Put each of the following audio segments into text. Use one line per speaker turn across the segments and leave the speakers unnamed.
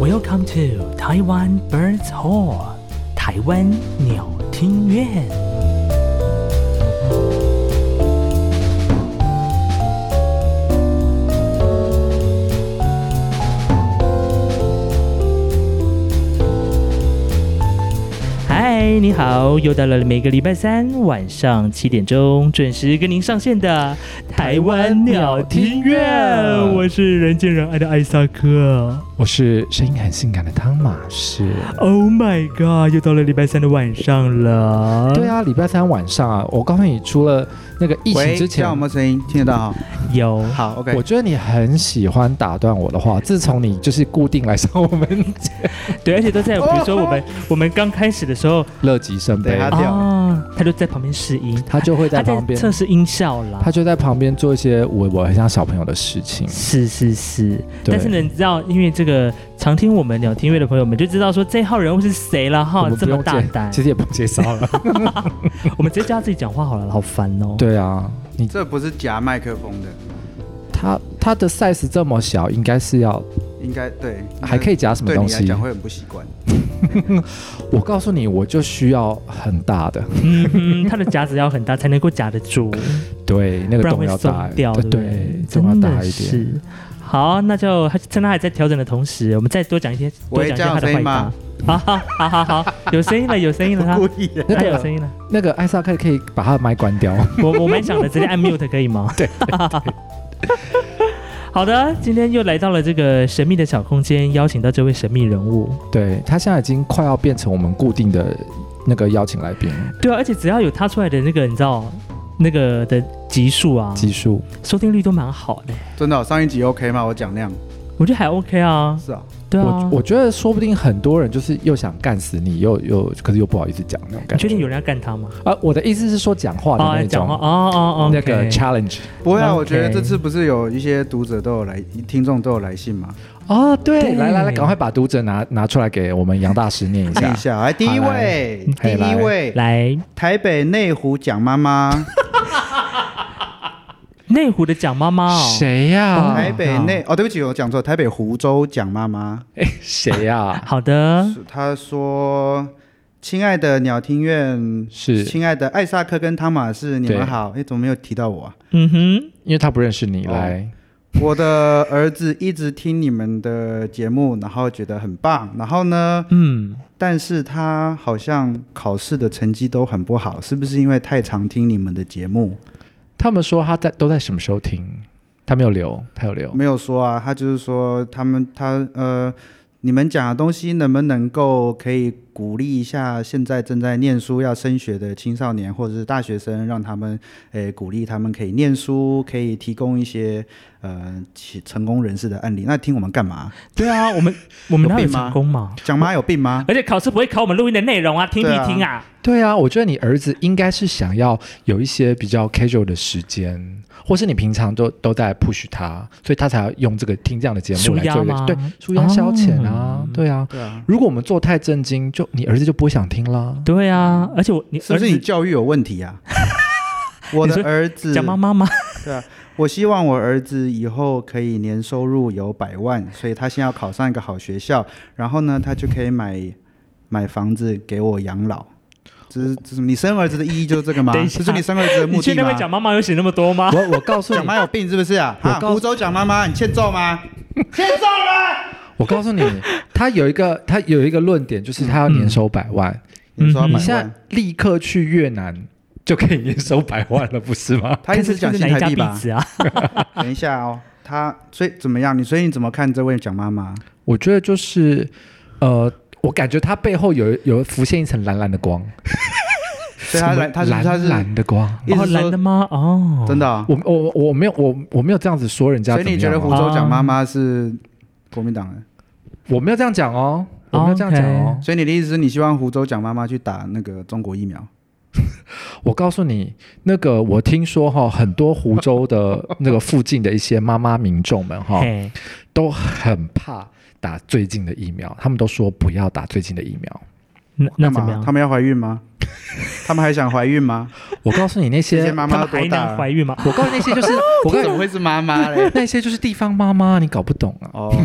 Welcome to Taiwan Birds Hall，台湾鸟听院。嗨，你好，又到了每个礼拜三晚上七点钟准时跟您上线的台湾鸟听院，我是人见人爱的艾萨克。
我是声音很性感的汤马士。
Oh my god！又到了礼拜三的晚上
嗯
了。
对，啊，礼拜三晚上啊，我告诉你，除了那个疫情
喂，
之
这
前嗯
样，有没有声音？听得到哈？
有
好，OK
我。觉得你很喜欢打断我的话。自从你就是固定来上我 们
对，而且都在，比如说我
哦
们、我们刚开始的时候
乐极生
对
悲，
他掉
啊，他就在旁边试音，
他就会在
他在
旁边，
测试音效啦
他。就在旁边做一些我我很像小朋友的事情。
是是是，
对
但是呢，你知道，因为这个常听我们聊听乐的朋友们就知道说这号人物是谁了
我
哈，
们
这
不
么
用
大
介，
胆，
其实也不介绍了。
我们直接叫他自己讲话好了，好烦哦。，
对啊，你
这不是夹麦克风的，
他他的 size 这么小，应该是要
应该对。
还可以夹什么
对
东
你来
西
讲？会很不习惯。
我告诉你，我就需要很大的，
嗯哼，他的夹子要很大才能够夹得 住，
对，那
不
个
然
洞
会
要
松
大，
掉，不
对，
真
洞要
的
大一点。
是。好，那就趁他还在调整的同时，我们再多讲一些，多
喂
讲一些
这
他的
样有声
坏
音吗
话。好好好好好，有声音了，有声音了，
啊
他
故意的。
那
他
个
有声音了。
那个艾萨克可以把他的麦关掉。
我我蛮想的，直接按 mute 可以吗？对。好的，今天又来到了这个神秘的小空间，邀请到这位神秘人物。
对他现在已经快要变成我们固定的那个邀请来宾
对啊，而且只要有他出来的那个，你知道那个的集数啊，
基数。
收听率都蛮好的，
真的哦、上一集 OK 吗？我讲那样
我觉得还 OK 啊。
是啊，
对啊
我，我觉得说不定很多人就是又想干死你，又又可是又不好意思讲那种
你
感
确
觉。
定有人要干他吗？
啊，我的意思是说讲话的那
哦讲
种、
话哦哦哦，
那个
OK
challenge
不会啊。
OK
我觉得这次不是有一些读者都有来，听众都有来信吗？
哦，对，
对
来来来，赶快把读者拿拿出来给我们杨大师念一
记
下
哎
一。下，哎来第一位，
好
第
来
一位，
来
台北内湖蒋妈妈，
内湖的蒋妈妈哦，
谁呀、
啊
台北内哦，对不起，我讲错，台北湖州蒋妈妈。
哎谁呀、
好
嗯
的，
是他说：“亲爱的鸟听院，
是
亲爱的艾萨克跟汤马士，你
对
们好。哎，怎么没有提到我啊？
嗯哼，
因为他不认识你，
哦
来，
我的儿子一直听你们的节目，然后觉得很棒。然后呢，
嗯，
但是他好像考试的成绩都很不好，是不是因为太常听你们的节目？
他们说他在都在什么时候听？他没有留，他有留。
没有说啊，他就是说他们他呃，你们讲的东西能不能够可以鼓励一下现在正在念书要升学的青少年或者是大学生，让他们诶鼓励他们可以念书，可以提供一些呃其成功人士的案例。那听我们干 嘛？
对啊，我们我们
有
哪有
病吗
成功嘛？
讲妈有病吗？
而且考试不会考我们录音的内容啊，听必
对啊
听啊。
对啊，我觉得你儿子应该是想要有一些比较 casual 的时间，或是你平常都都在 push 他，所以他才要用这个听这样的节目来做
舒压
一
吗
个对舒压消遣啊，
哦
对啊。
对啊，
如果我们做太震惊，就你儿子就不会想听啦。
对啊，而且我你
是不
儿
是你
子
教育有 问题啊？ 我
你
的
说
儿子
蒋妈妈吗？
对啊，我希望我儿子以后可以年收入有百万，所以他先要考上一个好学校，然后呢，他就可以买买房子给我养老。这是这是你生儿子的意义就是这个吗？
等一下
这是你生儿子的
你
目
确
的
定会
吗？
蒋妈妈有写那么多吗？
我我告诉你
蒋，妈有病是不是啊？
我
啊，
告诉
湖州蒋妈妈，你欠揍吗？欠揍吗？
我告诉你，他有一个他有一个论点，就是他要年收百万。
你说要
嗯
嗯百
你现在
万，
立刻去越南就可以年收百万了，不是吗？
他一直讲
看是哪
新
一
台
家
币
壁
吧？
纸啊？
等一下哦，他所以怎么样？你所以你怎么看这位蒋妈妈？
我觉得就是，呃，我感觉他背后有有浮现一层蓝蓝的光，
所以他来，他是
蓝
他是
蓝的光。
一
哦，
直
蓝
说
的吗？哦，
真的哦，
我我我没有我我没有这样子说人家
所
怎
以
么样
你觉得湖
哦
州蒋妈妈是国民党人？
我没有这样讲哦，我没有这样讲哦。
所以你的意思是你希望湖州蒋妈妈去打那个中国疫苗？
我告诉你，那个我听说哈、很多湖州的那个附近的一些妈妈民众们哈、
嘿，
都很怕打最近的疫苗，他们都说不要打最近的疫苗。
那那
干
怎么
嘛？
样？
他们要怀孕吗？ 他们还想怀孕吗？
我告诉你那些
这些妈
他
妈
们
都
还能
多大啊
怀
了？
孕吗？
我告诉你那些就是我告诉
我怎么
你
会是妈妈嘞？
那些就是地方妈妈，你搞不懂啊。
哦，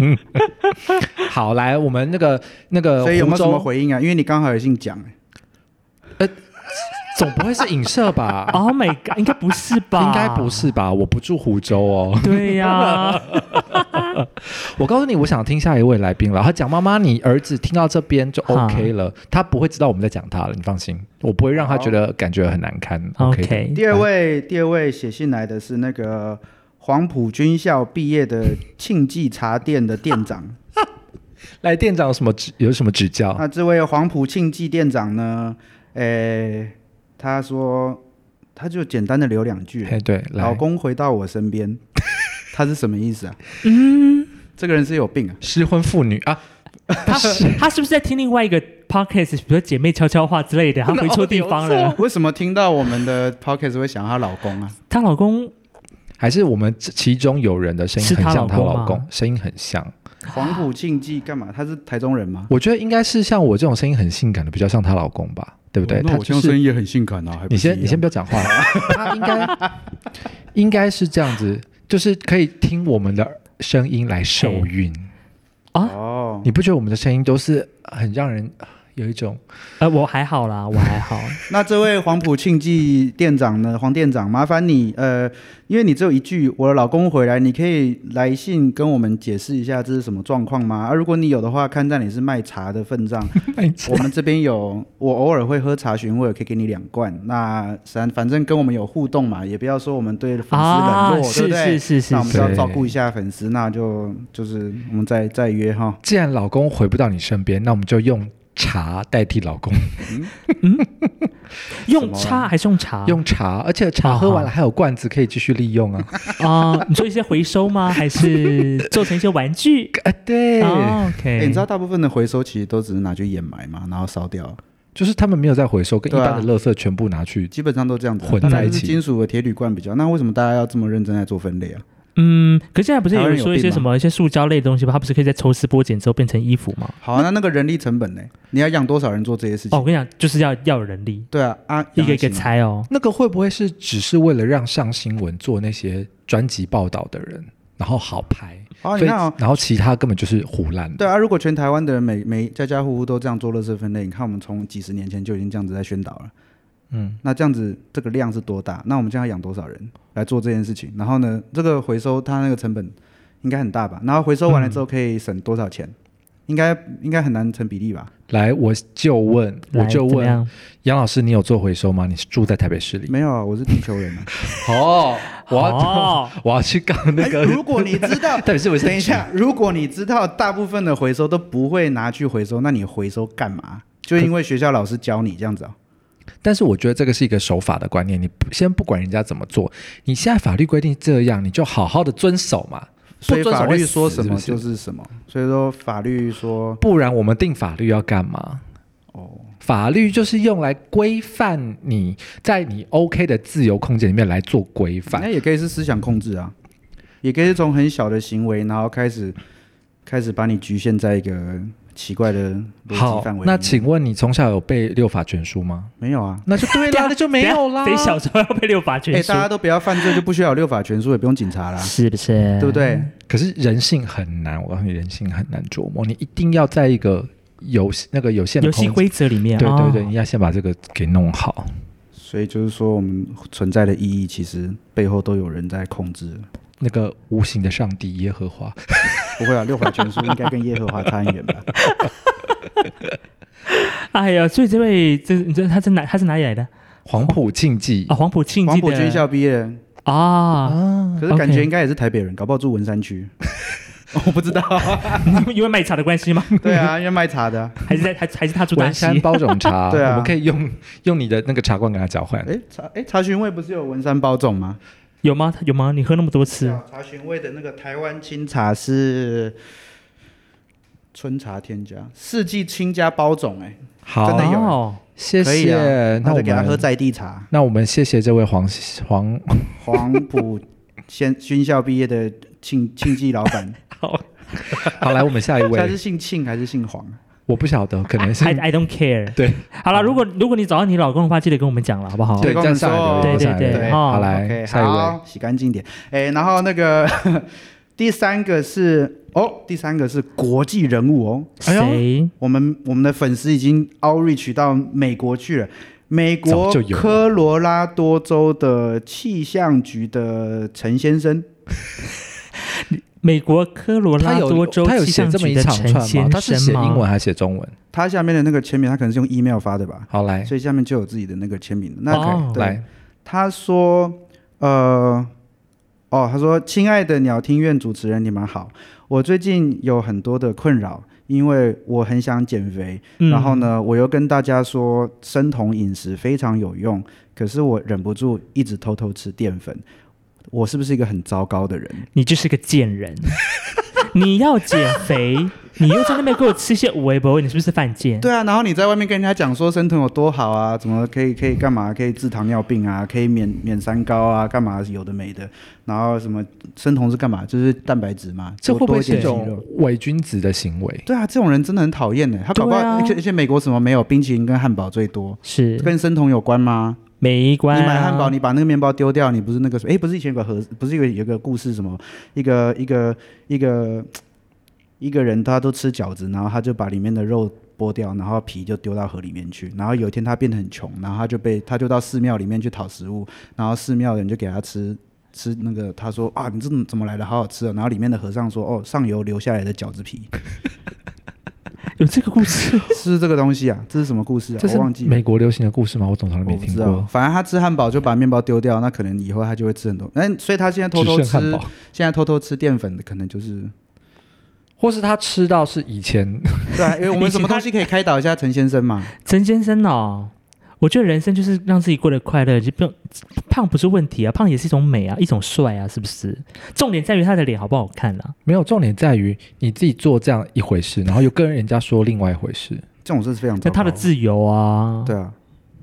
好，来我们那个那
呃
个
所以有没
湖
有什
州，
么回应啊？因为你刚好有姓蒋，欸
总不会是影射
哦
吧？
Oh my god，应该不是吧？
应该不。是吧？我不住湖州哦。
对呀、
我告诉你，我想听下一位来宾了。他讲妈妈，你儿子听到这边就 OK 了，他不会知道我们在讲他了，你放心，我不会让他觉得感觉很难堪。OK，,
哦
OK，
第二位，第二位写信来的是那个黄埔军校毕业的庆记茶店的店长。
来店长有什么指有什么指
哦
教？
那这位黄埔庆记店长呢？诶、他说，他就简单的留两句：
哎，对，
老
来
公回到我身边，他是什么意思啊？
嗯，
这个人是有病啊！
失婚妇女啊，
他他是不是在听另外一个 podcast，比如说姐妹悄悄话之 类的？他回错地方
哪有
了。
为什么听到我们的 podcast 会想到她老公 啊？
她老公
还是我们这其中有人的声音
是
很
她
像她
老公
老
吗
公，声音很像。
黄埔庆记干嘛？他是台中人吗？
我觉得应该是像我这种声音很性感的，比较像她老公吧，对不对？
哦
她
那我
就
听声
是
音也很性感啊！还不
你
是
先
一
你先
样
不要讲 话，她啊应该应该是这样子，就是可以听我们的声音来受孕。
啊
哦，
你不觉得我们的声音都是很让人有一 种
呃，我还好啦，我还好。
那这位黄埔庆记店长呢？黄店长，麻烦你，呃，因为你只有一句“我的老公回来”，你可以来信跟我们解释一下这是什么状况吗？啊，如果你有的话，看在你是卖茶的 份上，我们这边有，我偶尔会喝茶询味，可以给你两罐。那反反正跟我们有互动嘛，也不要说我们对粉丝冷
啊，
落，对
是
不
是
对？
是是
那我们
是
就要
对
照顾一下粉丝，那就就是我们再再约哈。
既然老公回不到你身边，那我们就用茶代替老公，
用叉还是用
啊
茶？
用茶，而且茶喝完了还有罐子可以继续利用啊！
啊、你做一些回收 吗？还是做成一些玩具
啊，对，
哦？OK，
哎、你知道大部分的回收其实都只是拿去掩埋嘛，然后烧掉，
就是他们没有在回收，跟一
对啊
般的垃圾全部拿去。
基本上都这样子啊、
混在
大家都是
一起
金属和铁铝罐比较。那为什么大家要这么认真在做分类啊？
嗯，可是现在不是有人说一些
台湾人有
什
病吗
么一些塑胶类的东西吧？它不是可以在抽丝剥茧之后变成衣服吗？
好啊、那那个人力成本呢？你要养多少人做这些事情？
哦，我跟你讲，就是要要有人力，
对啊，啊，
一个一个
养得起吗。
猜哦。
那个会不会是只是为了让上新闻做那些专辑报道的人，然后好拍？
哦，
所
你
以
看哦，
然后其他根本就是胡乱的。
对啊，如果全台湾的人每每家家户户都这样做垃圾分类，你看我们从几十年前就已经这样子在宣导了。
嗯，
那这样子这个量是多大？那我们将要养多少人来做这件事情？然后呢，这个回收它那个成本应该很大吧？然后回收完了之后可以省多少钱？
嗯
应该应该很难成比例吧？
来，我就问，我
来，
就
怎么
问
样？
杨老师，你有做回收吗？你是住在台北市 里？
没有啊，我是地球人、啊。
哦，我要、
哦，
我要去告 那个。
哎如果你知
，
道
台北市卫生局
等一下，如果你知道大部分的回收都不会拿去回收，那你回收干嘛？就因为学校老师教你这样子啊、
但是我觉得这个是一个守法的观念，你不先不管人家怎么做，你现在法律规定这样，你就好好的遵守嘛。
所以
不遵守
法
会
律
死
说什么
是
就
不是
是什么。所以说法律说，
不然我们定法律要干嘛？
哦，
法律就是用来规范你在你 OK 的自由空间里面来做规范
那。也可以是思想控制啊，也可以是从很小的行为，然后开始开始把你局限在一个奇怪的逻辑
好
范围，里面。
那请问你从小有背六法全书吗？
没有啊？
那就对
对啊
啦，那就没有啦。
谁小时候要被六法
哎、
全书
大？家都不要犯罪，就不需要有六法全书，也不用警察啦，
是不是？
对不？对？
可是人性很难，我告诉你，人性很难琢磨。你一定要在一个有那个有限的
游戏
空间
规则里面，
对对对，
哦
你要先把这个给弄好。
所以就是说，我们存在的意义，其实背后都有人在控制。
那个无形的上帝耶和华，
不会啊，六法全书应该跟耶和华差很远 吧？
哎呀，所以这位这你知道他是哪他是哪里来的
黄埔禁忌
啊？黄埔庆
黄
记
埔军
的
校毕业，
啊，
啊，
可是感
OK
觉应该也是台北人，搞不好住文 山区。我不知道，
因为卖茶的关 系吗？
对啊，因为卖茶的啊。
还是在还还是他住大
文山
溪？
包种茶，
对啊
我们可以用用你的那个茶罐跟他交换。
哎，茶哎，茶询味不是有文山包种吗？
有吗？有吗？你喝那么多次？
啊，茶询味的那个台湾清茶是春茶添加，四季清加包种，哎，真
好
的，有
哦
谢
可以
谢
啊，。
呃那
那
我
就给他喝
们
在地茶。
那我们谢谢这位黄黄
黄埔先军校毕业的庆庆记老板，
好来，我们下一
他
位
是姓庆还是姓黄啊？
我不晓得，可能是
I I don't care。
对，
好了，如果如果你找到你老公的话，记得跟我们讲了，好不好？
对，
跟我
在
们
上海
说
留
对
言，在上海
对
留言
对
好
哦
来
OK，
下一位，
好，洗干净点。哎，然后那个 第三个是哦，第三个是国际人物哦，
哎
谁？
我们我们的粉丝已经 outreach 到美国去了。美国
早就有了
科罗拉多州的气象局的陈先生，
美国科罗
他
拉多
有
州
他有
气
写
象
这么
局
一
的
长
陈
串
先生？
吗他是写英文还是写中文？
他下面的那个签名，他可能是用 email 发的吧，
好来
所以下面就有自己的那个签名。那
哦
对
来，
他说，呃，哦，他说，亲爱的鸟听院主持人，你们好，我最近有很多的困扰，因为我很想减肥，
嗯
然后？呢，我又跟大家说生酮饮食非常有用，可是我忍不住一直偷偷吃淀粉。我是不是一个很糟糕的人？
你就是个贱 人！你要减肥，你又在那边给我吃一些五味博，你是不是犯贱？
对啊，然后你在外面跟人家讲说生酮有多好啊，怎么可以可以干嘛，可以治糖尿病啊，可以免免三高啊，干嘛有的没的，然后什么生酮是干嘛？就是蛋白质嘛，
这
多
会不
多
会
一
是
点
一
肌肉
种伪君子的行为？
对啊，这种人真的很讨厌呢。他搞不好，
对啊
而且而且美国什么没有，冰淇淋跟汉堡最多，
是
跟生酮有关吗？
没关、啊。
你买汉堡，你把那个面包丢掉，你不是那个什么？哎，不是以前有个盒子，不是有个有个故事什么？一个一个一个一个人他都吃饺子，然后他就把里面的肉剥掉，然后皮就丢到河里面去。然后有一天他变得很穷，然后他就被他就到寺庙里面去讨食物，然后寺庙的人就给他吃。吃那个，他说啊，你这怎么来的？好好吃啊！然后里面的和尚说，哦，上游留下来的饺子皮
有这个故事，
吃这个东西啊，这是什么故事啊？
这是
我忘记了。
美国流行的故事吗？我总从来没
我不
听
知道，
过。
反正他吃汉堡就把面包丢掉，那可能以后他就会吃很多。那所以他现在偷
只
偷
剩
吃，
汉堡，
现在偷偷吃淀粉的，可能就是
或是他吃到是以前
对、啊，因 为我们什么东西可以开导一下陈先生嘛？
陈先生哦，我觉得人生就是让自己过得快乐，就不用胖不是问题啊，胖也是一种美啊，一种帅啊，是不是？重点在于他的脸好不好看啊。
没有重点在于你自己做这样一回事，然后又跟人家说另外一回事。
这种事是非常糟
那
糕
他的自由啊，
对啊，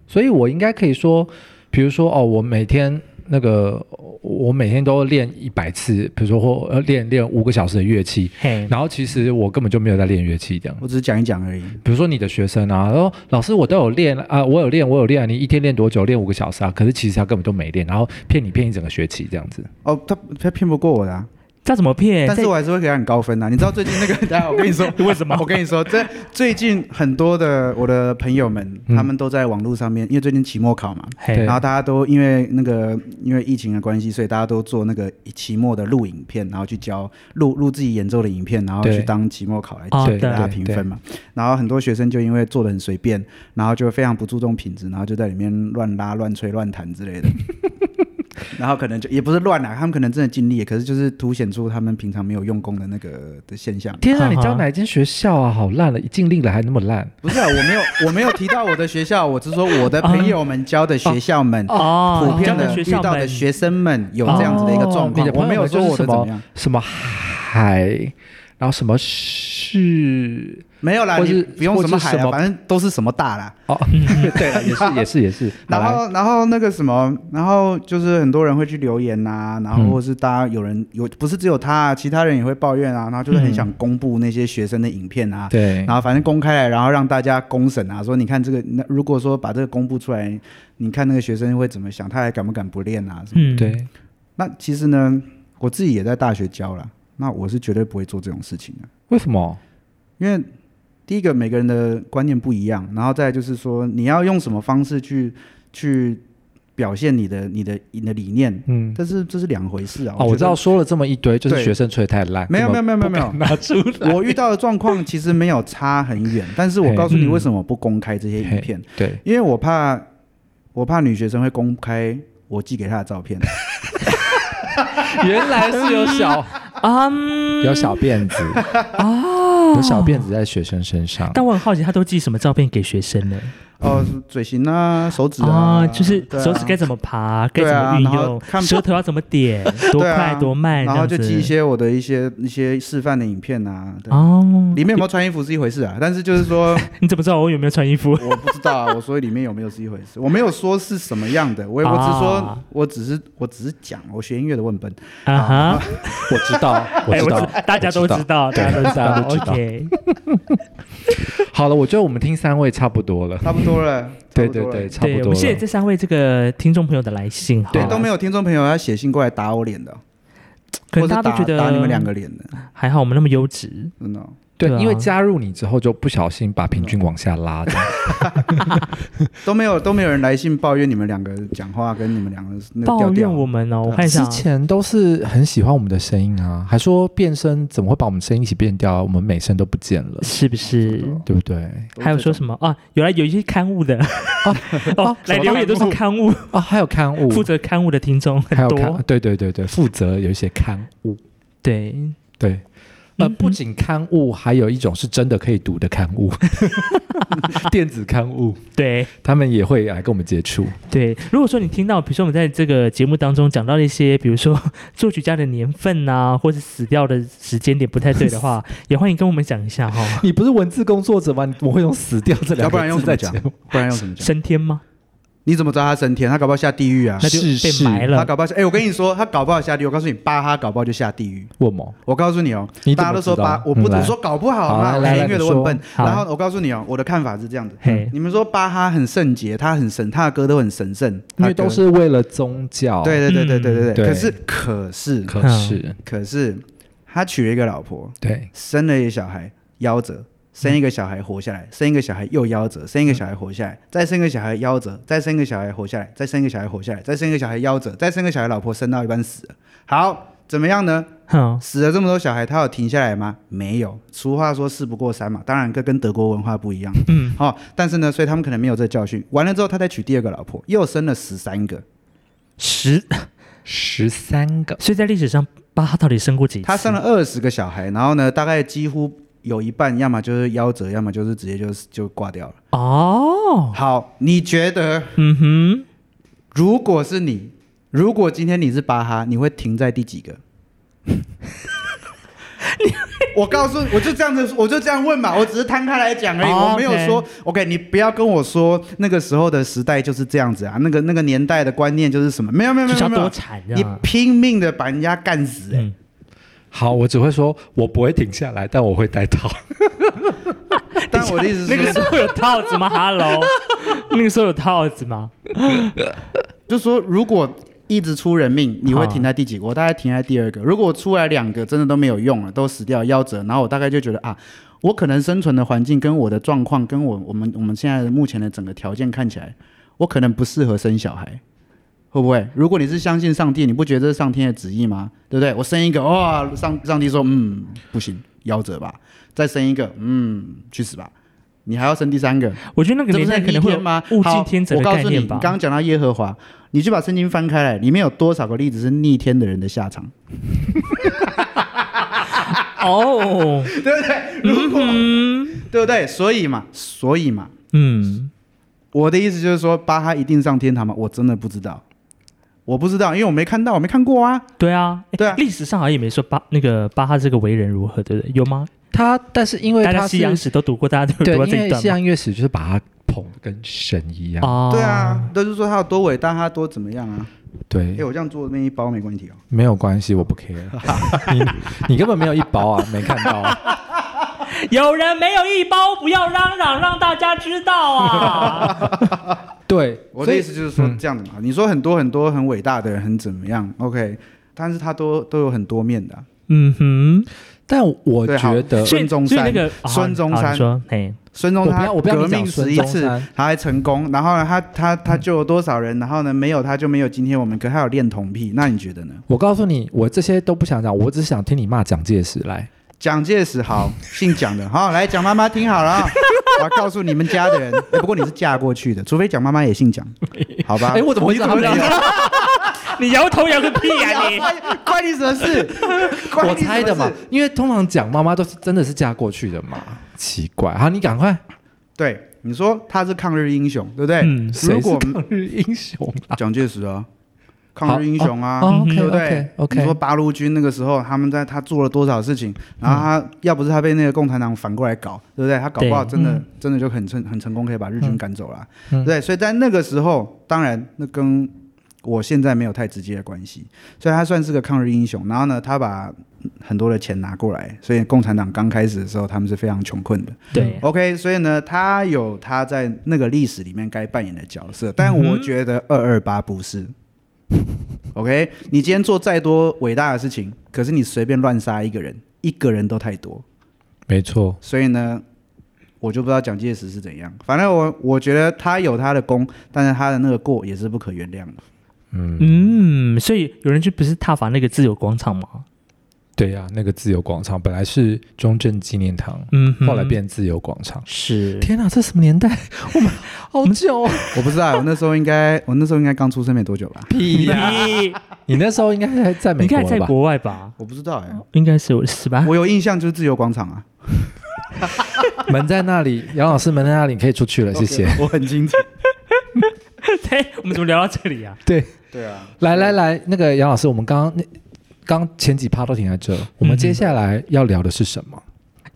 所以我应该可以说，比如说哦，我每天那个我每天都练一百次，比如说或呃练练五个小时的乐器，
嘿，
然后其实我根本就没有在练乐器这样。
我只是讲一讲而已。
比如说你的学生啊，然后老师我都有练啊、我有练，我有练，你一天练多久？练五个小时啊？可是其实他根本都没练，然后骗你骗一整个学期这样子。
哦，他他骗不过我的、啊，
他怎么骗？
但是
这
我还是会给他很高分的、啊。你知道最近那 个，等一下我跟你说，
为什么
我跟你说，这最近很多的我的朋友们，
嗯
他们都在网络上面，因为最近期末考嘛，
嘿
对
然后大家都因为那个因为疫情的关系，所以大家都做那个期末的录影片，然后去教录录自己演奏的影片，然后
对
去当期末考来
哦
给
对
大家
对
啊评
对
分嘛。然后很多学生就因为做的很随便，然后就非常不注重品质，然后就在里面乱拉、乱吹、乱弹之类 的。然后可能就也不是乱啦，他们可能真的尽力，可是就是凸显出他们平常没有用功的那个的现象。
天啊，
哈哈
你教哪一间学校啊？好烂了，一进令了还那么烂。
不是、啊，我没有我没有提到我的学校，我只是说 我
哦
的朋友们教的学校们。
哦，
普遍
教
的
学
遇
校
到的
们
学生们有这样子的一个
哦
状
你
况
的，朋
哦我
友
没有说我
就是什
的怎么
么
样，
什么海，然后什么是
没有啦，
或是
你不用什么
或
海
是什
啊，
么
反正都是什么大啦。
哦， 对了，也是也是也是。好
然
来，
后，啊然后那个什么，然后就是很多人会去留言呐、然后
嗯
或是大家有人有不是只有他、啊，其他人也会抱怨啊，然后就是很
嗯
想公布那些学生的影片啊，
对
然后反正公开来，然后让大家公审啊，说你看这个，那如果说把这个公布出来，你看那个学生会怎么想，他还敢不敢不练啊？什么
嗯，
对，
那其实呢，我自己也在大学教了，那我是绝对不会做这种事情的。
为什么？
因为第一个每个人的观念不一样，然后再来就是说你要用什么方式去去表现你的你的你的理念，
嗯，
但是这是两回事啊。
哦，我
觉
知
得
道说了这么一堆，就是
对
学生吹得太烂，
没有没有
根
没有没有没
本
有
不，敢拿出来。
我遇到的状况其实没有差很远，但是我
嘿
告诉你
嗯
为什么我不公开这些影片，
对，
因为我怕我怕女学生会公开我寄给她的照片。
原来是有小
嗯，
有小辫子哦，有小辫子在学生身上。
但我很好奇，他都寄什么照片给学生呢？
哦，嘴型啊，手指
啊，
啊，
就是
对啊
手指该怎么爬，该
对
怎
啊
么运
然后
用，
看
舌头要怎么点，多
对啊
快多慢，
然后就
这样
寄
子
一些我的一些一些示范的影片啊，对
哦，
里面有没有穿衣服是一回事啊，但是就是 说
你怎么知道我有没有穿衣 服？
我不知道啊，我说里面有没有是一回事，我没有说是什么样的，我我只是
啊
说，我只是我只是讲，我学音乐的我很笨，
啊哈，
我 知道，我
哎
知道，
大家都知道，大家都
对
知道
大家都知道
OK，
好了，我觉得我们听三位差不多了。
差不多 了，
对
差不
对
多了
对，，差不
对，我
多
们谢谢
了。
这三位这个听众朋友的来信哈，
对
对，都没有听众朋友要写信过来打我脸的，
可能
或是
大家
打
都觉得
打你们两个脸的，
还好，我们那么优质，
真的哦。
对
对啊，
因为加入你之后就不小心把平均往下 拉，这样
都没有都没有人来信抱怨你们两个讲话跟你们两个那个调
抱
调
怨我们哦，我看一下
之
啊，
前都是很喜欢我们的声音啊，还说变声怎么会把我们声音一起变掉？我们美声都不见了，
是不是？
对不对？
还有说什么啊？原来有一些刊物的 哦，来留言都是刊物，
啊，还有刊物，
负责刊物的听众
还
很
有刊，
多，
对对对对，负责有一些刊物，
对，
对。呃，
嗯
不仅刊物，还有一种是真的可以读的刊 物，电子刊物，
对
他们也会来跟我们接触。
对，如果说你听到，比如说我们在这个节目当中讲到了一些，比如说 作曲家的年份呐、或是死掉的时间点不太对的 话，也欢迎跟我们讲一下哈、
你不是文字工作者吗？你怎么会用“死掉”这两
要不然
个
用
字
怎
在
么讲
节目？
不然用什么讲？
升天吗？
你怎么知道他升天？他搞不好下 地狱啊！
那就是被
是
埋
他
了。
搞不好下，哎、我跟你说，他搞不好下地狱。我告诉你，巴哈搞不好就下地狱。
问吗？
我告诉你哦，
你怎
大家
么
都
知道
说巴，我不
嗯来
我说搞不好
好
嘛，
来
我
来
学
来
音乐的
你
我很
说
笨。
好
然后我告诉你哦，我的看法是这样子
嘿。
你们说巴哈很圣洁，他很神，他的歌都很神圣，
因
他
为
的歌
都是为了宗教。
对，对对对对对
嗯
对。
对
可是可是
可是
可是，他娶了一个老婆，
对，
生了一个小孩，夭折。生一个小孩活下来，生一个小孩又夭折，生一个小孩活下来，再生一个小孩夭折，再生一个小孩活下来，再生一个小孩活下来，再生一个小孩夭折，再生一个小孩老婆生到一半死了。好，怎么样呢？
哼，
死了这么多小孩，他有停下来吗？没有。俗话说事不过三嘛，当然这跟德国文化不一样。嗯，好、但是呢，所以他们可能没有这教训。完了之后，他再娶第二个老婆，又生了十三个。
十，
十三个
所以在历史上，巴哈到底生过几次？
他生了二十个小孩，然后呢，大概几乎有一半，要么就是夭折，要么就是直接就是就挂掉了。
哦，
好，你觉得
嗯哼，
如果是你，如果今天你是巴哈，你会停在第几个？ 我告诉，我就这样子，我就这样问嘛，我只是摊开来讲而已，
哦
我没有说 OK，你不要跟我说那个时候的时代就是这样子啊，那个那个年代的观念就是什么，没有没有没
就
有
想
没
多
有，
惨
你
啊！
拼命的把人家干死、欸，
嗯
好，我只会说，我不会停下来，但我会带套。
但我的意思
那
是
个时
说，
候有套子吗？Hello，那 个时候有套子吗？
就说如果一直出人命，你会停在第几个？我大概停在第二个。如果我出来两个真的都没有用了，都死掉夭折，然后我大概就觉得啊，我可能生存的环境跟我的状况，跟我我们我们现在目前的整个条件看起来，我可能不适合生小孩。会不会？如果你是相信上帝，你不觉得这是上天的旨意吗？对不对？我生一个，哇、上上帝说，嗯，不行，夭折吧。再生一个，嗯，去死吧。你还要生第三个，嗯
我觉得那个
这
年
不是
代
很
可能
逆
会有
天吗？
物
好
竞天择
我
的
告
概
诉你，
念
你
吧
刚。刚讲到耶和华，你去把圣经翻开来，里面有多少个例子是逆天的人的下场，
哦，
对不对？如果、 对不对？所以嘛，所以嘛，
嗯，
我的意思就是说，巴哈一定上天堂吗？我真的不知道，我不知道，因为我没看到，我没看过啊。
对啊，诶
对啊
历史上好像也没说巴那个巴哈这个为人如何，对不对？有吗？
他，但是因为
大
他
家
是
西洋史都读过，大家都有
对，
读
因
过这
为
一段
西
吗？
洋乐史就是把它捧得跟神一样。
哦
对，啊，就是说他有多伟大，他多怎么样啊？
对
哎、，我这样做这边一包没问题哦。
没有关系，我不 care。你你根本没有一包啊，没看到、啊。
有人没有一包，不要嚷嚷，让大家知道啊！
对，
我
所
的
以
意思就是说
嗯
这样子嘛，你说很多很多很伟大的人很怎么样？OK，但是他都都有很多面的啊、
嗯哼，
但我
对好
觉
所
得
以
孙中
所以那
山
个哦
孙中
好你
山
说，哎，
孙中
我不
山
要我不要
革
你讲
命
孙
十一
中
次
山，
他还成功，然后呢，他他他救了多少人？然后呢，没有他就没有今天我们，可还有恋童癖，那你觉得呢？
我告诉你，我这些都不想讲，我只是想听你骂蒋介石来。
蒋介石好，姓蒋的，好来蒋妈妈听好 了啊、我要告诉你们家的人，哎不过你是嫁过去的，除非蒋妈妈也 姓蒋，好吧
哎、？我怎么会知道他们
你怎么哎
俩？
你摇头摇个屁呀 你！
关你什 么事？关
我
你什么事
猜的嘛，因为通常蒋妈妈都是真的是嫁过去的嘛。奇怪，好，你赶快。
对，你说他是抗日英雄，对不对？
嗯
谁
如
是
果
抗日英雄啊？
蒋介石啊， 抗日英雄啊，
哦
嗯
，OK
对不
OK
对
OK，
你说八路军那个时候，他们在他做了多少事情，然后
嗯
他、要不是他被那个共产党反过来搞，对不对？他搞不好
对
真的、
嗯
真的就很成很成功，可以把日军赶走了啊、
嗯
对，所以在那个时候，当然那跟我现在没有太直接的关系，所以他算是个抗日英雄。然后呢，他把很多的钱拿过来，所以共产党刚开始的时候，他们是非常穷困的。
对，
OK，所以呢，他有他在那个历史里面该扮演的角色，但我觉得二二八不是。OK，你今天做再多伟大的事情，可是你随便乱杀一个人，一个人都太多，
没错，
所以呢，我就不知道蒋介石是怎样。反正我我觉得他有他的功，但是他的那个过也是不可原谅的。
嗯，
嗯，所以有人去不是踏伐那个自由广场吗？
对呀、那个自由广场本来是中正纪念堂，
嗯哼，
后来变自由广场。
是
天啊哪，这什么年代？ 我们好 久、哦。
我不知道，我那时候应该，我那时候应该刚出生没多久吧？
屁呀、
你
你那时候应该还在
你
美
应
国
该在
了吧？
国外吧？
我不知道哎、
应该是我是吧？
我有印象就是自由广场啊，
门在那里， 杨老师门在那里，你可以出去了，谢谢。
我很清楚。
对，我们怎么聊到这里啊？
对，
对啊，
来来来，那个杨老师，我们刚刚那刚前几趴都停在这，
嗯
我们接下来要聊的是什么？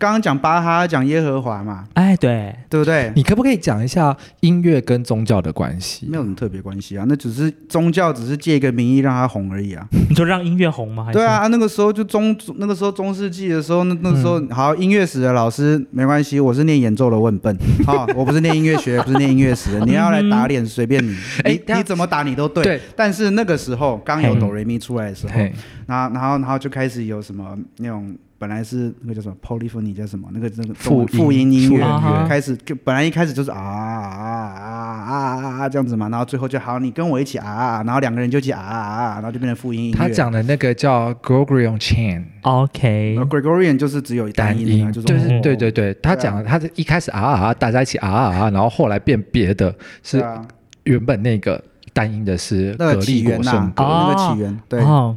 刚刚讲巴哈，讲耶和华嘛，
哎，对，
对不对？
你可不可以讲一下音乐跟宗教的关系
没？有什么特别关系啊，那只是宗教，只是借一个名义让他红而已啊。
你说让音乐红吗？还是
对啊，，啊那个时候就中那个时候中世纪的时候，那那个时候、好音乐史的老师没关系，我是念演奏的，我很笨， 好、我不是念音乐学，不是念音乐史的，你要来打脸随便你，
哎
你
等下
你怎么打你都对。
对
但是那个时候刚有
嘿
哆瑞咪出来的时候，
嘿，
然后然后然后就开始有什么那种本来是那个叫什么 polyphony 叫什么那个那个
复音
复音音
复
乐，
啊哈
开始就本来一开始就是啊啊啊啊啊啊这样子嘛，然后最后就好，你跟我一起啊啊，啊，然后两个人就一起啊啊啊，然后就变成复音音乐。哦
他讲的那个叫 Gregorian Chant。
OK，
然后 Gregorian 就是只有单
单
音啊，
音，
就是
对
哦
对对对
啊
对，他讲他一开始啊啊啊，大家一起啊啊啊，然后后来变别的，
对
是
啊，
原本那个单音的是
那
格
个起
力
源
果
啊呐
圣，
歌
那个起源
啊
对，
哦，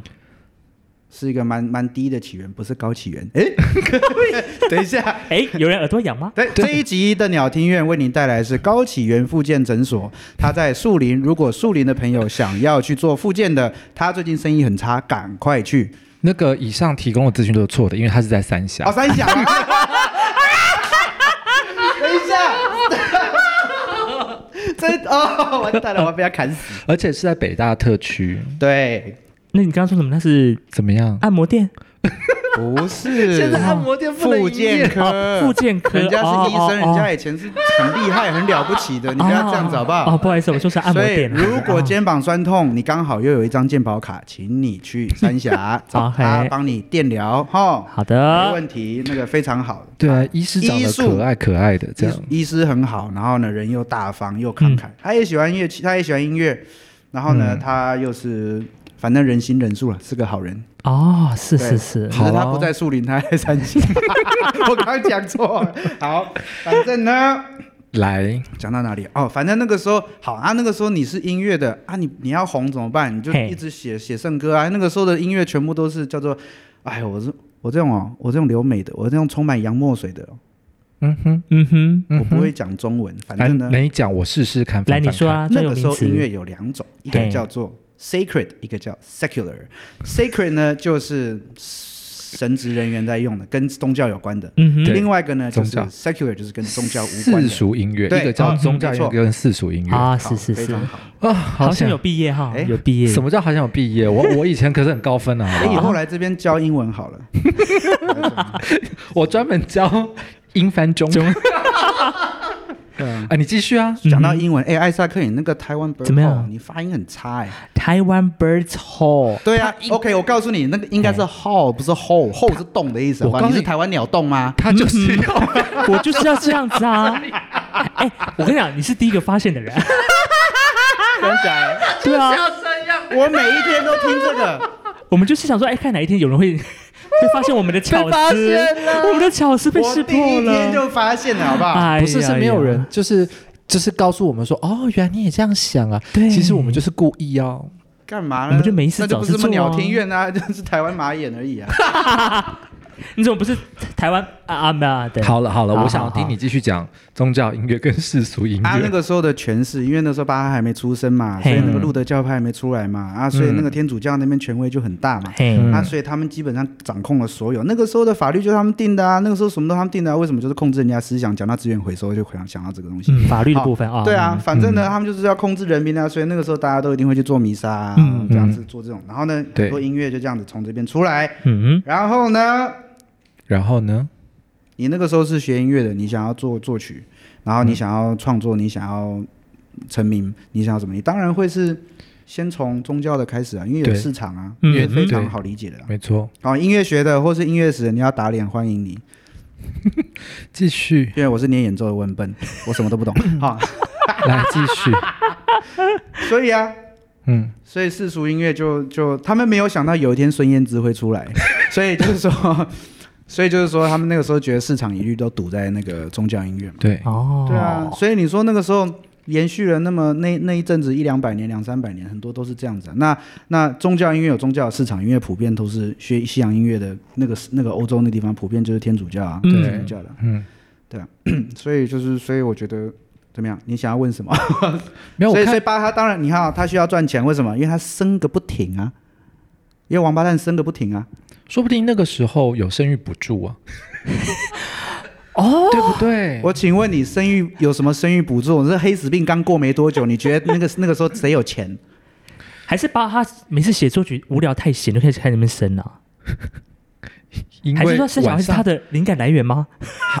是一个蛮蛮低的起源，不是高起源。哎， 等一下，
哎，有人耳朵痒吗？
对，这一集的鸟听院为您带来是高启源复健诊所。他在树林，如果树林的朋友想要去做复健的，他最近生意很差，赶快去。
那个以上提供的资讯都是错的，因为它是在三峡
哦，。三峡。 等一下， 这哦，完蛋了，我要被他砍死。
而且是在北大特区，
对，
那你刚刚说什么？那是
怎么样？
按摩店
不是，现在按摩店
不能
复健科，
哦，复健科，
人家是医
哦
生，人家以前是很厉害、很了不起的，你不要这样子好不好？
哦，不好意思，我说是按摩
所以，
店啊。
如果肩膀酸痛，你刚好又有一张健保卡，请你去三 峡找他
嘿
帮你电疗，哈，
好
没
的，
问题，那个非常好。
对啊
啊，
医师长
医
得
术
可爱可爱的这样。
医医师很好，然后呢，人又大方又慷
嗯
慨，他也喜欢乐器，他也喜欢音乐，然后呢，他又是反正人心人数了，是个好人。
哦，是
对
是是，
只是他
好啊
不在树林，他在三峡。 我刚刚讲错了。好，反正呢，
来，
讲到哪里？哦，反正那个时候好啊，那个时候你是音乐的啊，你你要红怎么办？你就
嘿
一直写写圣歌啊。那个时候的音乐全部都是叫做，哎，我是我这种哦，我这种留美的，我这种充满洋墨水的哦，
嗯哼，
嗯哼，
嗯
我不
哼。
会讲中文。反
来，
正呢，
你讲，我试试看。
来
翻
你
翻
说啊，专
那
有
个时
名
候音乐
词，
有两种，一
对
个叫做 sacred，一个叫 secular。sacred 呢就是神职人员在用的，跟宗教有关的。
嗯哼，
另外一个呢就是
宗教
secular，就是
看
跟宗教无关
世
的。
俗音乐，
对
一个叫
嗯
宗教音乐，
没错
一个跟世俗音乐。
啊，
好
是是
非
是
常，好。
啊，好
好像有毕业哈，
哎
有毕业，
什么叫好像有毕业？ 我我以前可是很高分啊，
哎，
好不
以
好
后来这边教英文好了。
我专门教英翻中。 啊，你继续啊。
讲到英文，哎、艾萨克，你那个台湾
嗯
bird
怎么
call，
样
你发音很差哎、
台湾 Birds Hall，
对啊，OK，我告诉你，那个应该是
哎
how，不是 how，how 是动的意思。
我
好吧
告诉
你
你
是台湾鸟动吗？
他就是要
嗯我就是要这样子 啊。哎，我跟你讲，你是第一个发现的人，
真假？
对啊，
我每一天都听这个，
我们就是想说，哎，看哪一天有人会 会发现我们的巧思，我们的巧思 被识
我第
破
一天
了。
就发现了，好不好？
哎呀
不是是没有人
呀，
就是就是告诉我们说，哦，原来你也这样想啊。
对
其实我们就是故意要。
干嘛呢？
我们就没事
那就
找
不
事
是什么
做啊
鸟听院啊，就是台湾马眼而已啊。
你怎么不是台湾啊啊没有啊？对，
好了好了，
好
我想
好
听你继续讲宗教音乐跟世俗音乐。
啊，那个时候的诠释，因为那时候巴哈还没出生嘛，所
嘿
以那个路德教派还没出来嘛，啊，所以那个天主教那边权威就很大嘛，
嘿，
嗯
啊，所以他们基本上掌控了所有。那个时候的法律就是他们定的啊，那个时候什么都他们定的啊，为什么就是控制人家思想？讲到资源回收，就想想到这个东西。
嗯法律的部分啊，
对啊，反正呢，他们就是要控制人民啊，所以那个时候大家都一定会去做弥撒、啊，
嗯
这样子做这种。然后呢，
对
很多音乐就这样子从这边出来。
嗯，
然后呢，
然后呢？
你那个时候是学音乐的，你想要做作曲，然
嗯
后你想要创作，你想要成名，你想要什么？你当然会是先从宗教的开始啊，因为有
对
市场啊，
嗯
这非
对
常好理解的啦。
没错，
哦，音乐学的或是音乐史的，你要打脸欢迎你，
继 续，
因为我是念演奏的，我很 笨，我什么都不懂。好、
来继 续。
所以啊，
嗯，
所以世俗音乐就就他们没有想到有一天孙燕姿会出 来，所以就是说，所以就是说他们那个时候觉得市场一律都堵在那个宗教音乐嘛。
对，
哦，
对啊，所以你说那个时候延续了那么那那一阵子一两百年、两三百年，很多都是这样子啊、那那宗教音乐有宗教的市场，音乐普遍都是学西洋音乐的那个那个欧洲那地方普遍就是天主教啊，
嗯
天主教的啊，
嗯，
所以就是所以我觉得。怎么样？你想要问什么？
没有，
所
我
以所以
看
巴哈当然，你看、啊，他需要赚钱，为什么？因为他生个不停啊，因为王八蛋生个不停啊。
说不定那个时候有生育补助啊。哦，对不对？
我请问你，生育有什么生育补助？这黑死病刚过没多久，你觉得那个 那个时候谁有钱？
还是把他每次写作曲无聊太闲，就开始看那边生啊？
因
还是
为
说生小孩
晚
是他
上
的灵感来源吗？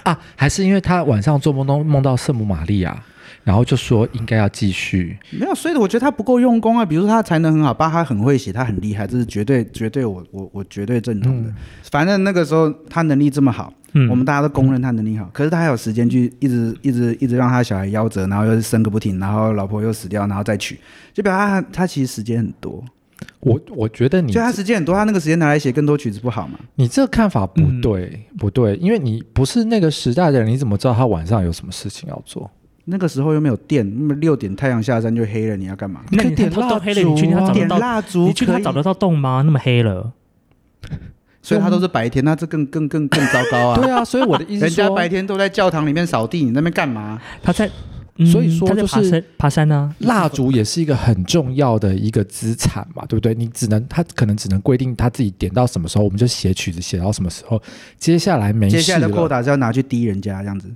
啊，还是因为他晚上做梦都梦到圣母玛利亚，然后就说应该要继续。
没有，所以我觉得他不够用功啊。比如说他才能很好，巴哈很会写，他很厉害，这是绝对绝对我我我绝对认同的。
嗯
反正那个时候他能力这么好，
嗯，
我们大家都公认他能力好，可是他还有时间去一直一直一直让他小孩夭折，然后又是生个不停，然后老婆又死掉，然后再娶，就表示他他其实时间很多，
我我觉得你
就他时间很多，他那个时间拿来写更多曲子不好嘛？
你这个看法不对，
嗯
不对，因为你不是那个时代的人，你怎么知道他晚上有什么事情要做？
那个时候又没有电，那么六点太阳下山就黑了，你要干嘛？
那
可以
你
点
他
蜡
都黑了，
烛
你确定他
啊
找得
点
到？
蜡烛，
你确定他
可以
找得到洞吗？那么黑了，
所以他都是白天，那这更更更更糟糕啊！
对啊，所以我的意思
人
是说，
家白天都在教堂里面扫地，你那边干嘛？
他在，嗯
所以说
他在
就是
爬山爬山啊呢。
蜡烛也是一个很重要的一个资产嘛，对不对？你只能他可能只能规定他自己点到什么时候，我们就写曲子写到什么时候，接下来没
接
事
下来的
了，
quota 是要拿去滴人家这样子。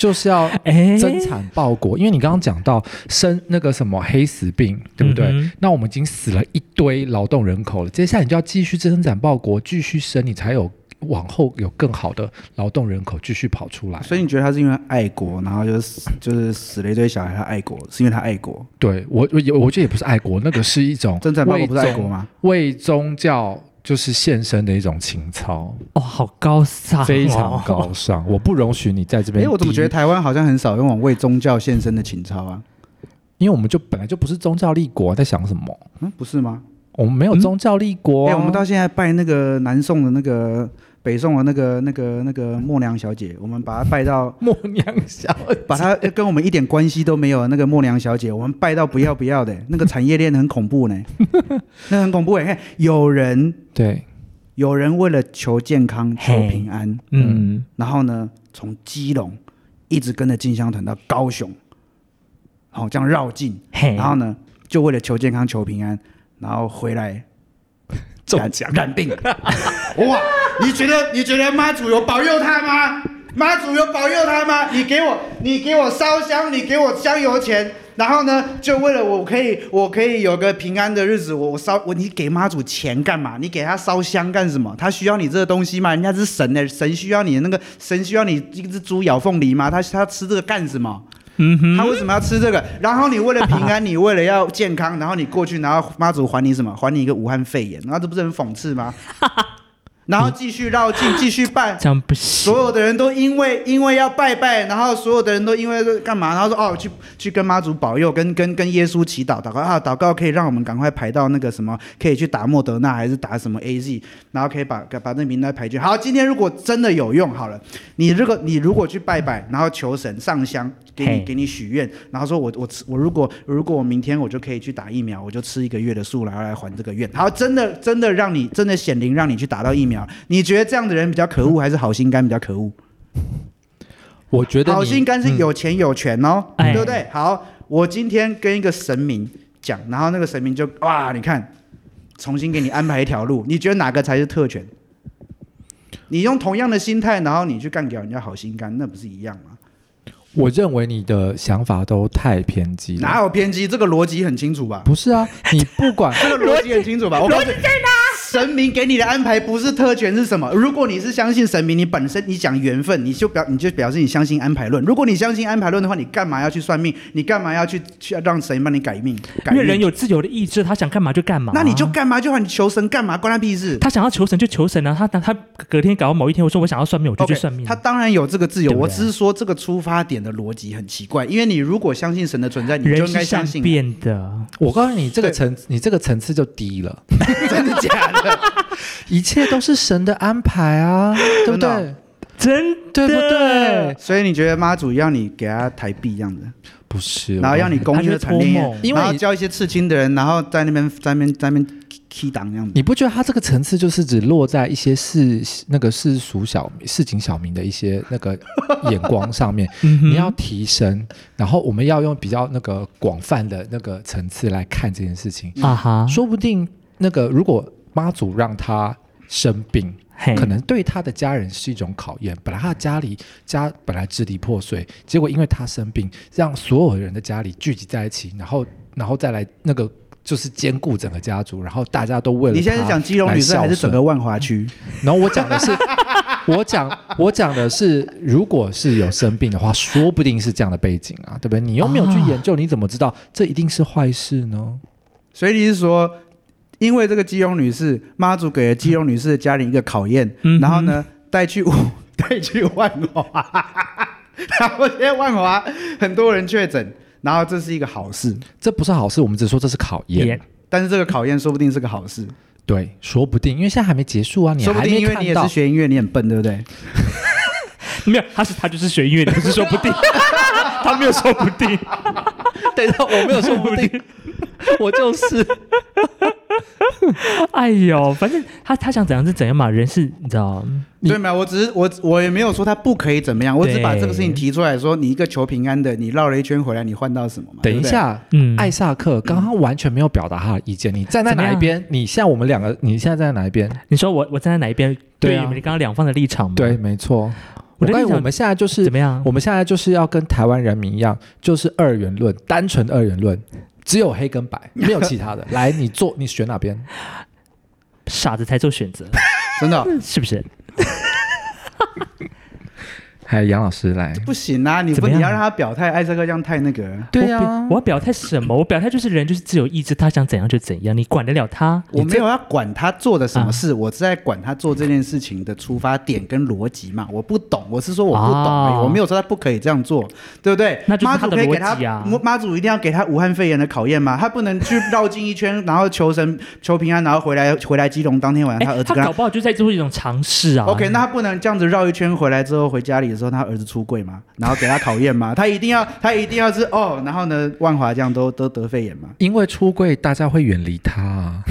就是要
哎，
增产报国。因为你刚刚讲到生那个什么黑死病，对不对？
嗯哼
那我们已经死了一堆劳动人口了，接下来你就要继续增产报国，继续生，你才有往后有更好的劳动人口继续跑出来。
所以你觉得他是因为爱国，然后就是就是死了一堆小孩，他爱国是因为他爱国？
对我，我我觉得也不是爱国，那个是一种
真产报国
为
不是爱
宗
国吗？
为宗教就是献身的一种情操，
哦，好高尚哦，
非常高 尚。我不容许你在这边。
哎，我怎么觉得？台湾好像很少用往为宗教献身的情操啊？
因为我们就本来就不是宗教立国，在想什么？
嗯，不是
啊
吗？
我们没有宗教立国、
哎，我们到现在拜那个南宋的那个北宋的那个那个那个默娘小姐，我们把她拜到。
默娘小，
把她跟我们一点关系都没有的那个默娘小姐，我们拜到不要不要的，那个产业链很恐 怖呢，那很恐怖哎、有人
对，
有人为了求健康、求
嘿
平安，
嗯，
然后呢，从基隆一直跟着进香团到高雄，好、这样绕境，
嘿，
然后呢，就为了求健康、求平安，然后回来染染病。哇，你觉得你觉得妈祖有保佑他吗？妈祖有保佑他吗？你给我你给我烧香，你给我香油钱。然后呢，就为了我可以，我可以有个平安的日子，我我烧我你给妈祖钱干嘛？你给他烧香干什么？他需要你这个东西吗？人家是神呢、神需要你的那个神需要你一只猪咬凤梨吗？他他吃这个干什么？
嗯哼，
他为什么要吃这个？然后你为了平安，你为了要健康，然后你过去，然后妈祖还你什么？还你一个武汉肺炎，那这不是很讽刺吗？然后继续绕境，继续拜，
这样不行
所，有的人都因为因为要拜拜，然后所有的人都因为说干嘛？然后说哦，去去跟妈祖保佑，跟跟跟耶稣祈祷，祷告啊，祷告可以让我们赶快排到那个什么，可以去打莫德纳还是打什么 A Z，然后可以把把那名单排进。好，今天如果真的有用，好了，你如果你如果去拜拜，然后求神上香，给
嘿
你给你许愿，然后说我我吃我如果如果我明天我就可以去打疫苗，我就吃一个月的素，然后来还这个愿。好，真的真的让你真的显灵，让你去打到疫苗。秒。你觉得这样的人比较可恶，还是好心肝比较可恶？
我觉得
好
你嗯
心肝是有钱有权哦，
哎
对不对？好，我今天跟一个神明讲，然后那个神明就哇，你看，重新给你安排一条路，你觉得哪个才是特权？你用同样的心态，然后你去干掉人家好心肝，那不是一样吗？
嗯我认为你的想法都太偏激了。
哪有偏激？这个逻辑很清 楚吧？
不是啊，你不 管
这个逻辑很清楚吧？我告诉你，神明给你的安排不是特权是什么？如果你是相信神明，你本身你讲缘分，你就表你就表示你相信安排论。如果你相信安排论的话，你干嘛要去算命？你干嘛要去去让神明帮你改命？改
因
命
为人有啊自由的意志，他想干嘛就干嘛。
那你就干嘛就好，你求神干嘛？关他屁事。
他想要求神就求神啊，他他隔天搞到某一天，我说我想要算命，我就
OK，
去算命。啊
他当然有这个自由。
对不对
我只是说这个出发点的逻辑很奇怪，因为你如果相信神的存在，你就
人
应该
是善
相信。啊
变的，
我告诉你，这个
对
层你这个层次就低了，
真的假的？
一切都是神的安排啊，对不
真的哦
对？
真
对不对？
所以你觉得妈祖要你给他台币这样子？
不是，
然后要你
他
公
就
约
是
谈
托
恋
梦
爱，，
因为
然后教一些刺青的人，然后在那边在那边在那边 key 档这样子。
你不觉得他这个层次就是只落在一些世那个世俗小市井小民的一些那个眼光上面？
嗯哼
你要提升，然后我们要用比较那个广泛的那个层次来看这件事情。
嗯
啊哈，
说不定那个如果妈祖让他生病，
嘿
可能对他的家人是一种考验。本来他的家里家本来支离破碎，结果因为他生病，让所有人的家里聚集在一起，然后然后再来那个就是兼顾整个家族，然后大家都为了
你现在是
他
讲基隆女生
来
还
孝
是整
顺
个万华区？
然后我讲的是，我讲我讲的是，如果是有生病的话，说不定是这样的背景啊，对不对？你又没有去研究，你怎么知道这一定是坏事呢？
所以你是说，因为这个基隆女士，妈祖给了基隆女士的家里一个考验，
嗯哼
然后呢带去 带去万华， 然后现在万华很多人确诊，然后这是一个好事，
这不是好事，我们只说这是考验。
也
但是这个考验说不定是个好事，
对，说不定，因为现在还没结束啊，你
说不
还
定
没
因为你
看
也是
到。
学音乐，你很笨，对不对？
没有，他是他就是学音乐的，不是说不 定，他没有说不定，
等一下，我没有说 不定，我就是
哎呦，反正他他想怎样是怎样嘛，人是你知道，
对没有，我只是我我也没有说他不可以怎么样，我只
对
把这个事情提出来说，你一个求平安的，你绕了一圈回来，你换到什么嘛？
等一下，
嗯
哎
艾萨克刚刚完全没有表达他的意见，你站在
怎么
哪
样
一边？你现在我们两个，你现在站在哪一边？
你说我我站在哪一边？
对
于
啊
你们刚刚两方的立场嘛，
对，，没错。
我
我
的
告
立
诉你，
场
我们现在就是
怎么样
我？们现在就是要跟台湾人民一样，就是二元论，单纯二元论，只有黑跟白，没有其他 的。来，你做，你选哪边？
傻子才做选 择，
对真的哦、
是不是？
还有哎杨老师来，
不行啊，你
怎
不
么
你
样啊
要让他表态，艾瑟克这样太那个了。
对
我表
啊
呀
我，要表态什么？我表态就是人就是自由意志，他想怎样就怎样，你管得了他？
我没有要管他做的什么
啊
事，我是在管他做这件事情的出发点跟逻辑嘛。我不懂，我是说我不懂、
啊
我没有说他不可以这样做，对不对？
那就是
妈
他
祖
的
可以给
逻辑啊
他，妈祖一定要给他武汉肺炎的考验嘛，他不能去绕境一圈，然后求神求平安，然后回来回来基隆当天晚上他
哎，
儿子
他
跟
搞
他。
不好就在做一种尝试啊。
OK，那他不能这样子绕一圈回来之后回家里的时候，他儿子出柜嘛，然后给他考 验嘛，他一定要他一定要是哦，然后呢，万华这样都都得肺炎嘛，
因为出柜，大家会远离他、啊。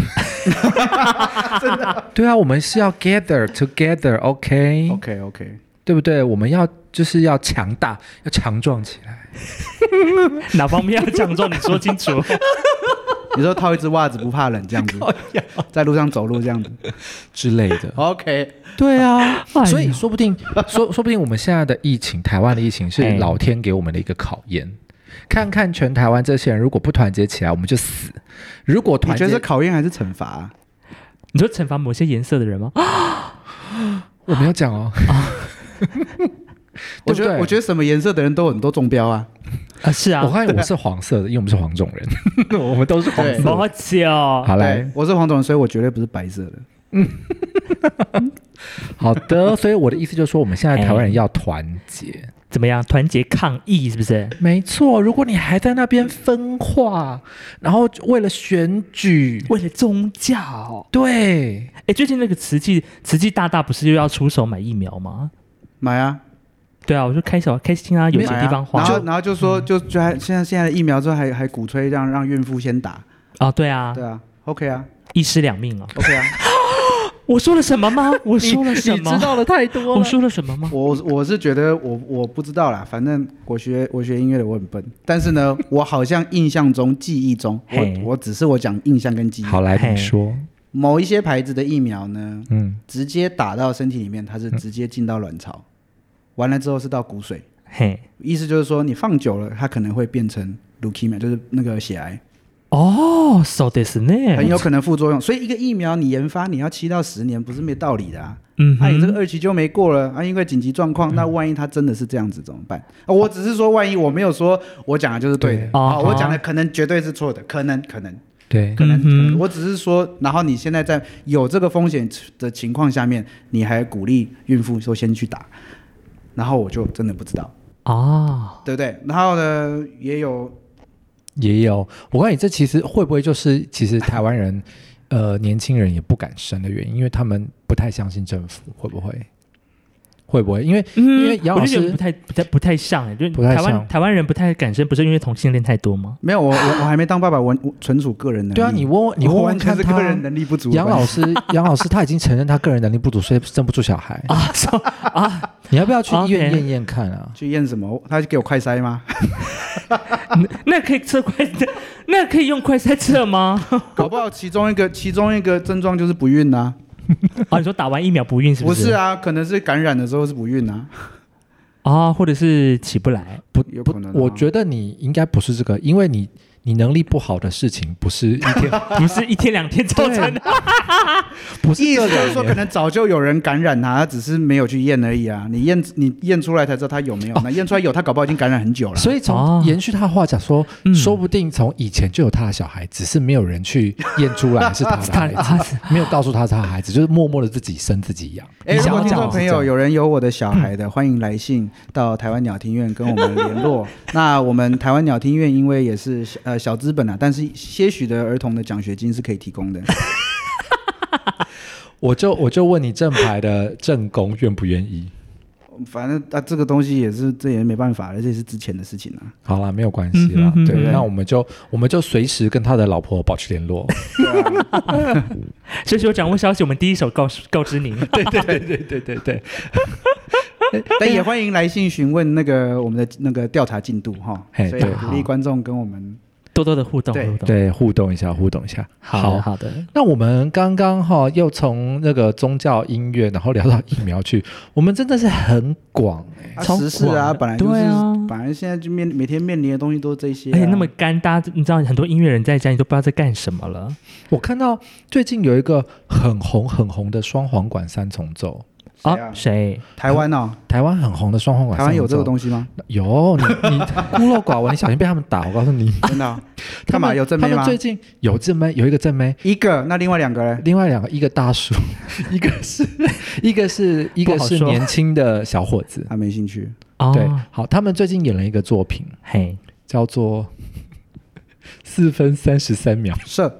对啊，我们是要 gather together，OK，、
OK OK，
对不对？我们要就是要强大，要强壮起来。
哪方面要讲重，你说清楚。
你说套一只袜子不怕冷这样 子，在路上走路这样子。
之类的，
OK，
对啊
哎，呦
所以说不定， 说说不定我们现在的疫情，台湾的疫情
哎
是老天给我们的一个考验。看看全台湾这些人，如果不团结起来，我们就死；如果
你
团
觉
结
得，是考验还是惩罚、啊
你说惩罚某些颜色的人吗？啊
我没有讲哦。
我觉得，我觉
得，
得什么颜色的人都有很多中标啊。
啊，是啊
我，看我是黄色的，因为我们是黄种人，我们都是黄
对
色的。
好巧。
好来
对，，我是黄种人，所以我绝对不是白色的。
好的，所以我的意思就是说，我们现在台湾人要团结。
怎么样？团结抗议是不是？
没错，如果你还在那边分化，然后为了选举，
为了宗教，
对，
哎，最近那个慈济慈济大大不是又要出手买疫苗吗？
买啊，
对啊，我就开始开心啊，有些
买啊
地方花
然后然后就说，
嗯
就就还现在现在的疫苗之后还还鼓吹让让孕妇先打，
啊，对啊
对，啊，OK 啊
一尸两命啊，
，OK 啊，
我说了什么吗？我说了
你
什么
知？道了太多
我
了。
说了什么吗？
我我是觉得我我不知道啦，反正我学我学音乐的我很笨，但是呢，我好像印象中、记忆中，
嘿
我我只是我讲印象跟
哎
记忆。
好，来你说，
某一些牌子的疫苗呢，
嗯，
直接打到身体里面，它是直接进到卵巢，完了之后是到骨髓，
嘿，
意思就是说你放久了，它可能会变成 leukemia，就是那个血癌，
哦，so this 呢？
嗯
很有可能副作用。所以一个疫苗你研发你要七到十年，不是没道理的啊。
嗯
那、
哼，
你这个二期就没过了啊，因为紧急状况，
嗯
那万一他真的是这样子怎么办？啊、我只是说万一，我没有说我讲的就是对的
对，
啊
哦，我讲的可能绝对是错的，可能可能
对，
可能,、
嗯哼
可能，我只是说，然后你现在在有这个风险的情况下面，你还鼓励孕妇说先去打，然后我就真的不知道，
啊，
哦
对不对？然后呢，也有
也有。我告诉你，这其实会不会就是其实台湾人， 呃，年轻人也不敢生的原因，因为他们不太相信政府，会不会？会不会？因为
嗯
因为杨
我
老
就觉
师
得不太不太不太像哎，就
不太
台湾
像
台湾人不太敢生，不是因为同性恋太多 吗？
没有我我我还没当爸爸，我我纯属个人能力。
对啊，你问问你
我
问问
完全
看
是
他
个人能力不足的
杨
关
老
系。
师，杨老师他已经承认他个人能力不足，所以生不出小 孩啊。你要不要去医院
哦
OK
验验看啊？
去验什么？他给我快筛吗？
那可以测快筛， 那可以用快筛测吗？
搞不好其中一个其中一个症状就是不孕呐、
啊，你说打完疫苗不孕是
不
是？
是啊，可能是感染的时候是不孕啊，
啊，或者是起不来
不
有
不
可能啊，
我觉得你应该不是这个，因为你你能力不好的事情不是一天
不是一天两天造成的。
不是
意
这
思
两年
就是说可能早就有人感染啊他，他只是没有去验而已啊。你验你验出来才知道他有没有，那验出来有，他搞不好已经感染很久了。
哦所以
哦
从延续他的话讲说，
嗯
说不定从以前就有他的小孩，只是没有人去验出来是他 的
他
孩子，没有告诉他是他的孩子，就是默默的自己生自己养。
哎，
你
如
想
果
要
听
讲
众
的
朋
是这
友
样
有人有我的小孩
嗯
的，欢迎来信到台湾鸟听院跟我们联 络。那我们台湾鸟听院因为也是呃小资本啊，但是些许的儿童的奖学金是可以提 供的。
我就我就问你正牌的正宫愿不愿意？
反正啊，这个东西也是这也没办法，而且是之前的事情啊。
好啦，没有关系啦
嗯，哼
对，
哼
那我们就我们就随时跟他的老婆保持联 络。
所以说掌握消息，我们第一手告诉告知您。
对对对对对对 对，
啊
但也欢迎来信询问那个我们的那个调查进度哈，
嘿
所以
对
鼓励观众跟我们
多多的互动，
对
互动。
对，互动一下，互动一下。
好的，好的，
那我们刚刚哈、又从那个宗教音乐，然后聊到疫苗去，我们真的是很广哎、
啊
超
时事
广的
啊，本来就是，
对啊
本来现在就面每天面临的东西都是这些、啊，
而哎且那么干，大家你知道很多音乐人在家，你都不知道在干什么了。
我看到最近有一个很红很红的双簧管三重奏，
谁
啊
啊，
谁？
台湾哦，
台湾很红的双簧管
台
三重奏。
湾有
哦
这个东 西吗？
西？有，你你 孤陋寡闻，你小心被他们打。我告诉你，
真的哦、
他
干
们
嘛有正
他
妹
们
吗
最？近有正妹，有一个正妹，
一个，那另外两个人，
另外两个一个大 叔，一个是一个是一个
不好
是
说
年轻的小伙子。
啊他没兴趣。
哦，
对，好，他们最近演了一个作品，
嘿，
叫 做四分三十三秒。
射，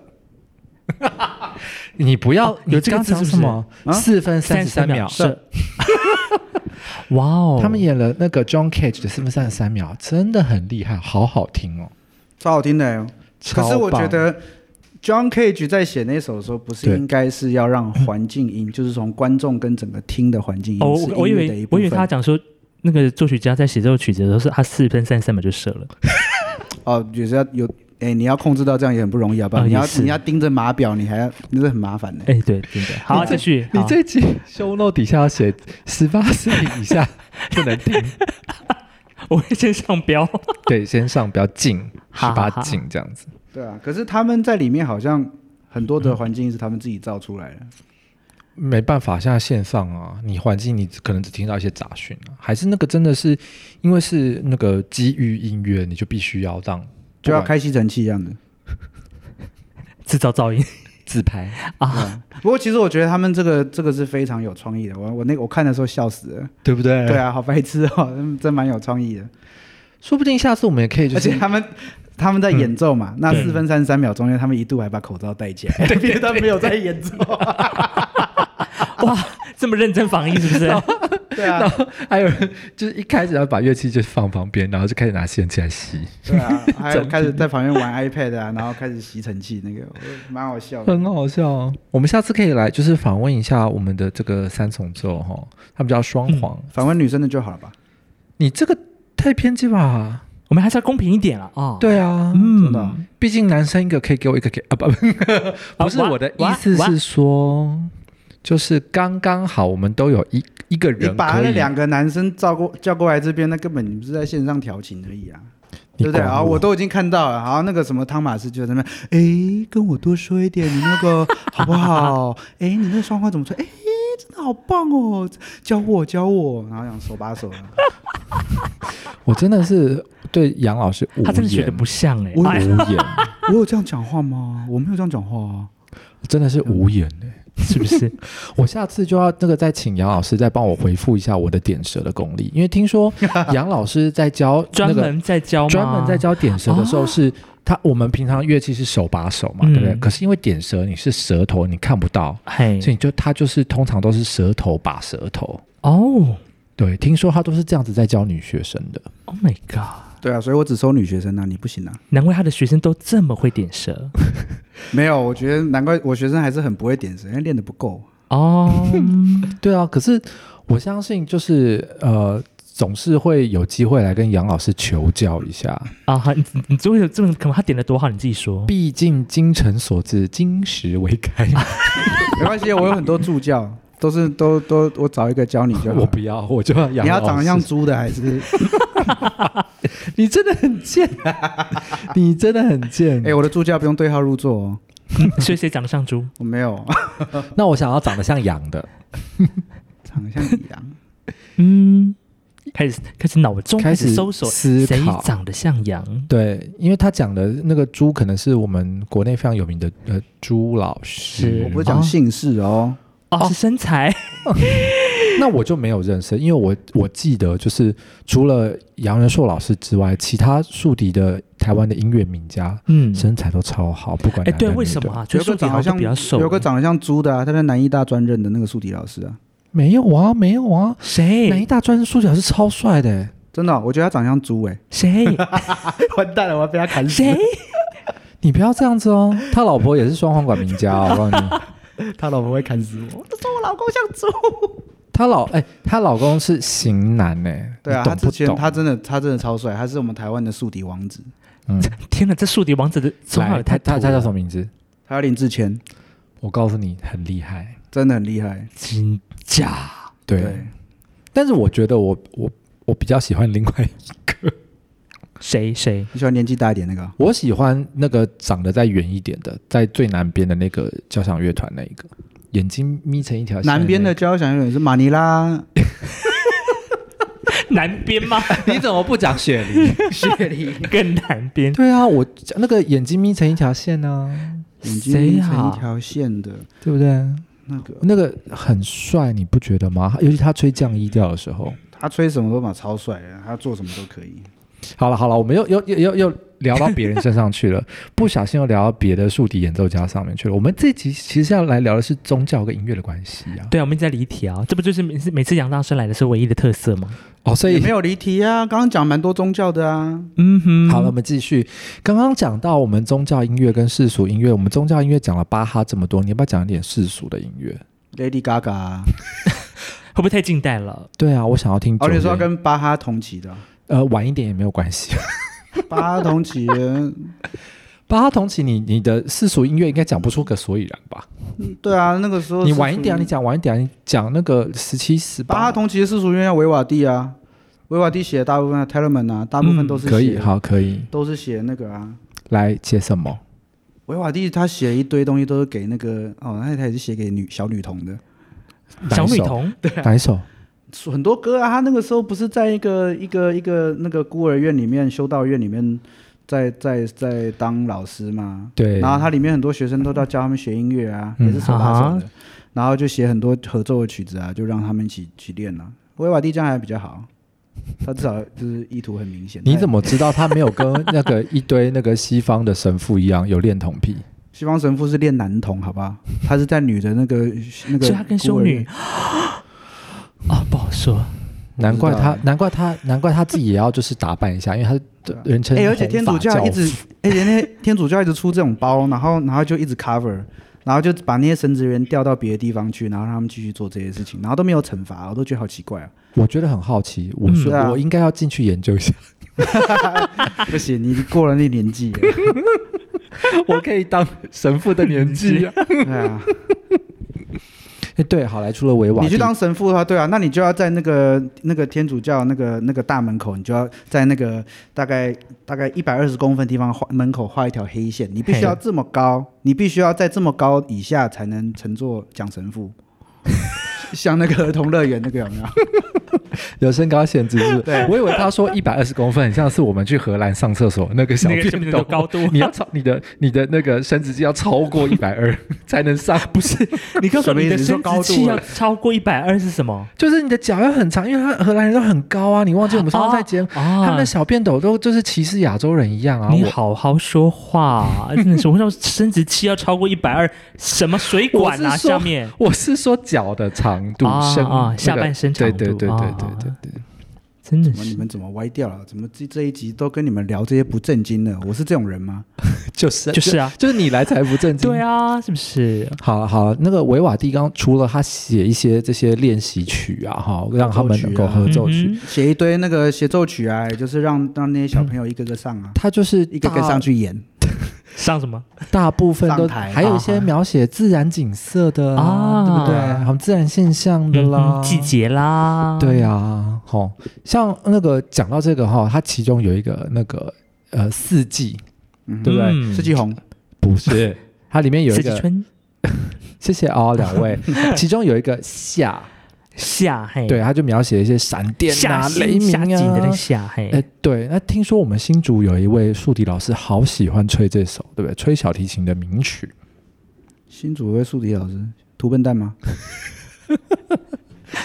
你不要，你
有这个
刚
字
讲
是不
什
是
么？
啊
四分三十三秒。
是。哇哦，
他们演了那个 John Cage 的四分三十三秒，真的很厉害，好好听哦。
超好听的、哦。可是
超
我
棒
觉得 John Cage 在写那首的时候，不是
对
应该是要让环境音，就是从观众跟整个听的环境音
哦，我
是
我以
音乐的一
为
部
我以
分。啊
为他讲说。那个作曲家在写这首曲子的时候，是他四分三十三秒就射了。
哦，也是要有，哎、你要控制到这样也很不容易，好不好？
啊
你
也
要
是
你要盯着码表，你还要，你这很麻烦的、
哎、对，真的。好，
你这
继续。
你
好
这集 show note 底下要写十八岁以下不能听，
我会先上标。
对，先上不要禁，十
好
八
好好
禁这样子。
对啊，可是他们在里面好像很多的环境是他们自己造出来的。
没办法，现在线上啊，你环境你可能只听到一些杂讯啊，还是那个真的是因为是那个机遇音乐，你就必须要让
就要开吸尘器一样的。
制造噪音。
自拍，
啊，不过其实我觉得他们这个这个是非常有创意的，我我那个我看的时候笑死了。
对不对？
对，啊，好白痴哦， 他们真蛮有创意的。
说不定下次我们也可以就
而
是
且他们他们在演奏嘛，那
对
四分三十三秒中间，他们一度还把口罩戴起 来，别他没有在演奏。
哇，这么认真防疫是不是？
对啊
然，后还有人就是一开始要把乐器就放旁边，然后就开始拿线起来吸，
对啊，还有
整
开始在旁边玩 iPad 啊，然后开始吸尘器那个，我蛮好笑的。
很好笑、哦。我们下次可以来就是访问一下我们的这个三重奏哈、他们叫双簧。
访问女生的就好了吧？
你这个太偏激吧？
我们还是要公平一点了啊。，
对啊，
真的哦
嗯，
毕竟男生一个可以给我一个 给啊不不是
啊哇
我的意思
哇哇
是说，就是刚刚好我们都有一一个
你
人
把
可
那
以，
两个男生叫过叫过来这边，那根本你们是在线上调情而已啊，
你
对不对？
管
啊，我都已经看到了。好，那个什么汤马斯就在那边，哎，跟我多说一点，你那 个好不好？哎，你那双花怎么穿？哎，真的好棒哦，教我教我，然后想手把手啊 的。
我真的是对杨老师无
他真的学的
言
不像哎
无，
无
哎
言，
我有这样讲话吗？我没有这样讲话啊。
真的是无言哎、
是不是？
我下次就要那个再请杨老师再帮我回复一下我的点舌的功力，因为 听说杨老师在教那
专
个
门在教吗？
专门在教点舌的时候是。他我们平常乐器是手把手嘛，对不对？
嗯
可是因为点舌你是舌头，你看不到，
嘿
所以你就他就是通常都是舌头把舌头。
哦
对，听说他都是这样子在教女学生的。
，Oh my god！
对啊，所以我只收女学生啊，你不行啊。
难怪他的学生都这么会点舌
没有，我觉得难怪我学生还是很不会点声，因为练的不够。
哦。嗯
对啊，可是我相信就是呃，总是会有机会来跟杨老师求教一下。
啊，好你你最后这么可能他点的多好，你自己说。
毕竟精诚所至，金石为 开。
没关系，我有很多助教，都是都都我找一个教你就好
我
了。
不要，我就要杨老师。
你要长得像，猪的还是？
你真的很贱、啊 你真的很贱。
哎、我的助教不用对号入座哦，
嗯
所以谁长得像猪？
我没有，
那我想要长得像羊的，
长得像一样。
嗯，开始开始脑中
开
开
始
始搜索
思
谁
考
长得像羊。
对，因为他讲的那个猪可能是我们国内非常有名的呃朱老师，
是
我不是讲姓氏哦，
哦，是身材，
那我就没有认识，因为我我记得就是除了杨仁硕老师之外，其他宿敌的台湾的音乐名家、
嗯，
身材都超好，不管
哎，
男的
对，
女的
为什么啊？就
有
是
个长得
好像
像
都比较瘦，
有个长得像猪的、啊，他在南医大专任的那个数体老师啊，
没有啊？没有啊！南一
谁
大专宿敌老师超帅的、欸，
真的哦、我觉得他长得像猪哎、
谁
完蛋了，我要被他砍
谁？
你不要这样子哦。他老婆也是双簧管名家、哦，我告诉你，
他老婆会砍死我。
她老哎、她老公是型男呢、欸，
对啊，
你
他之
懂不
前
懂？
他真的他真的超帅，他是我们台湾的宿敌王子，
嗯，
天哪，这树敌王子的从小
来
也
他
太
他
土
他叫
了
什么名字？
还有林志谦，
我告诉你，很厉害。
真的很厉害。
金甲
对，但是我觉得我我我比较喜欢另外 一个。
谁谁
你喜欢年纪大一点那个啊？
我喜欢那个长得再圆一点的，在最南边的那个交响乐团那一个，眼睛眯成一条线那个。
南边的交响乐是马 尼拉，
南边吗？
你怎么不讲雪 梨？
谢丽，
更南边
对啊，我那个眼睛眯成一条线呢、
眼睛
谁
成
呀
一条线的
啊，对不对？
那个，
那个很帅，你不觉得吗？尤其他吹降一调的时候。
他吹什么都嘛超帅的，他做什么都可以。
好了好了，我们又又又又又聊到别人身上去 了，不小心又聊到别的竖笛演奏家上面去了。我们这集其实要来聊的是宗教跟音乐的关系啊。
对啊，我们一直在离题啊，这不就是每次每次杨大生来的时候唯一的特色吗？
哦，所
也
以
没有离题啊，刚刚讲蛮多宗教的啊。
嗯哼，
好了，我，们继续。刚刚讲到我们宗教音乐跟世俗音乐，我们宗教音乐讲了巴哈这么多，你要不要讲一点世俗的音乐？
Lady Gaga，啊
会不会太近代了？
对啊，我想要听九
哦，
月。
你说要跟巴哈同 期的啊，
呃晚一点也没有关系。
巴哈同期嗯的，
巴哈同期你，你的世俗音乐应该讲不出个所以然吧？
对啊，那个时候
你
是
晚一
属于
点啊，你讲晚一点啊，你讲那个十七十
巴哈
八。
同期的世俗院要维瓦蒂啊，维瓦蒂写的大部分啊 t e l e m a n 啊，大部分
嗯
都是
可以，
写
好，可以
都是写那个啊。
来写什么？
维瓦蒂他写一堆东西都是给那个哦，那他也是写给女小女童的，
小女
哪一首
童，
哪一首？
很多歌啊。他那个时候不是在一个一个一个那个孤儿院里面、修道院里面在在在当老师嘛，
对，
然后它里面很多学生都要教他们学音乐啊，
嗯
也是手把手
啊
的，然后就写很多合奏的曲子啊，就让他们一起去练了、维瓦蒂这样还比较好，他至少就是意图很明显。
你怎
么？
么知道他没有跟那 个一堆那个西方的神父一样有恋童癖？
西方神父是 练男童，好吧？他是在女的那个那
所以他
个
跟
孤
修
儿
女
院，
啊，不好说。
难怪
不知道
他，难怪他，难怪他自己也要就是打扮一下，因为他
对啊
人称
哎、而且
红
天
发
主教
教
一直，哎、人家天主教一直出这种包，然后然后就一直 cover，然后就把那些神职员调到别的地方去，然后让他们继续做这些事情，然后都没有惩罚，我都觉得好奇怪啊！
我觉得很好奇，我
嗯
说、
对啊
我应该要进去研究一下，
不行，你过了那年纪了，
我可以当神父的年纪、啊。
对啊，
哎对，好来，除了维瓦蒂，
你去当神父的话，对啊，那你就要在那个那个天主教那个那个大门口，你就要在那个大概大概一百二十公分地方画门口画一条黑线，你必须要这么高，你必须要在这么高以下才能乘坐讲神父。 像那个儿童乐园那个有没有？
有身高限制是不是？
对
我以为他说一百二十公分，很像是我们去荷兰上厕所那个小
那个
便
什么
斗
的高度
你要超你的你的那个生殖器要超过一百 二才能上，不是？
你告诉我
什么
你
意思
的
你说
生殖
高度
器要
了
超过一百二是什么？
就是你的脚要很长，因为他荷兰人都很高啊。你忘记我们上次在节目，
啊
他们的小便斗都就是歧视亚洲人一样啊。
你
我
好好说话，哎真的是我说生殖器要超过一百二，什么水管啊？
我是说
下面
我是说脚的长度、
啊
身
啊
那个
下半身长度
对对对对
啊
对对对对。
真的
怎么你
是
们怎么歪掉了？怎么这这一集都跟你们聊这些不正经的？我是这种人吗？
就是
就是啊
就是你来财不正经。
对，啊，是不是？
好了好了，那个维瓦蒂刚除了他写一些这些练习曲啊，哈，让他们能够合奏曲，
嗯哼
写一堆那个协奏曲啊，也就是让让那些小朋友一个个上啊，
他就是
一个个上去演。
上什么？
大部分都
上台
还有一些描写自然景色的
啊
对不对？
啊
还有自然现象的啦，
嗯哼季。节啦，
对啊，吼、像那个讲到这个哈、它其中有一个那个呃四季，
嗯
对不对
嗯
四季红，
不是它里面有一
四季
个，
春
谢谢哦，两位，其中有一个夏，
夏嘿，
对，他就描写一些闪电
夏
啊、
心
雷鸣
夏季的那
啊
个。夏嘿，
哎，对，那听说我们新竹有一位竖笛老师，好喜欢吹这首，对不对？吹小提琴的名曲，
新主位数理老师，图笨蛋吗？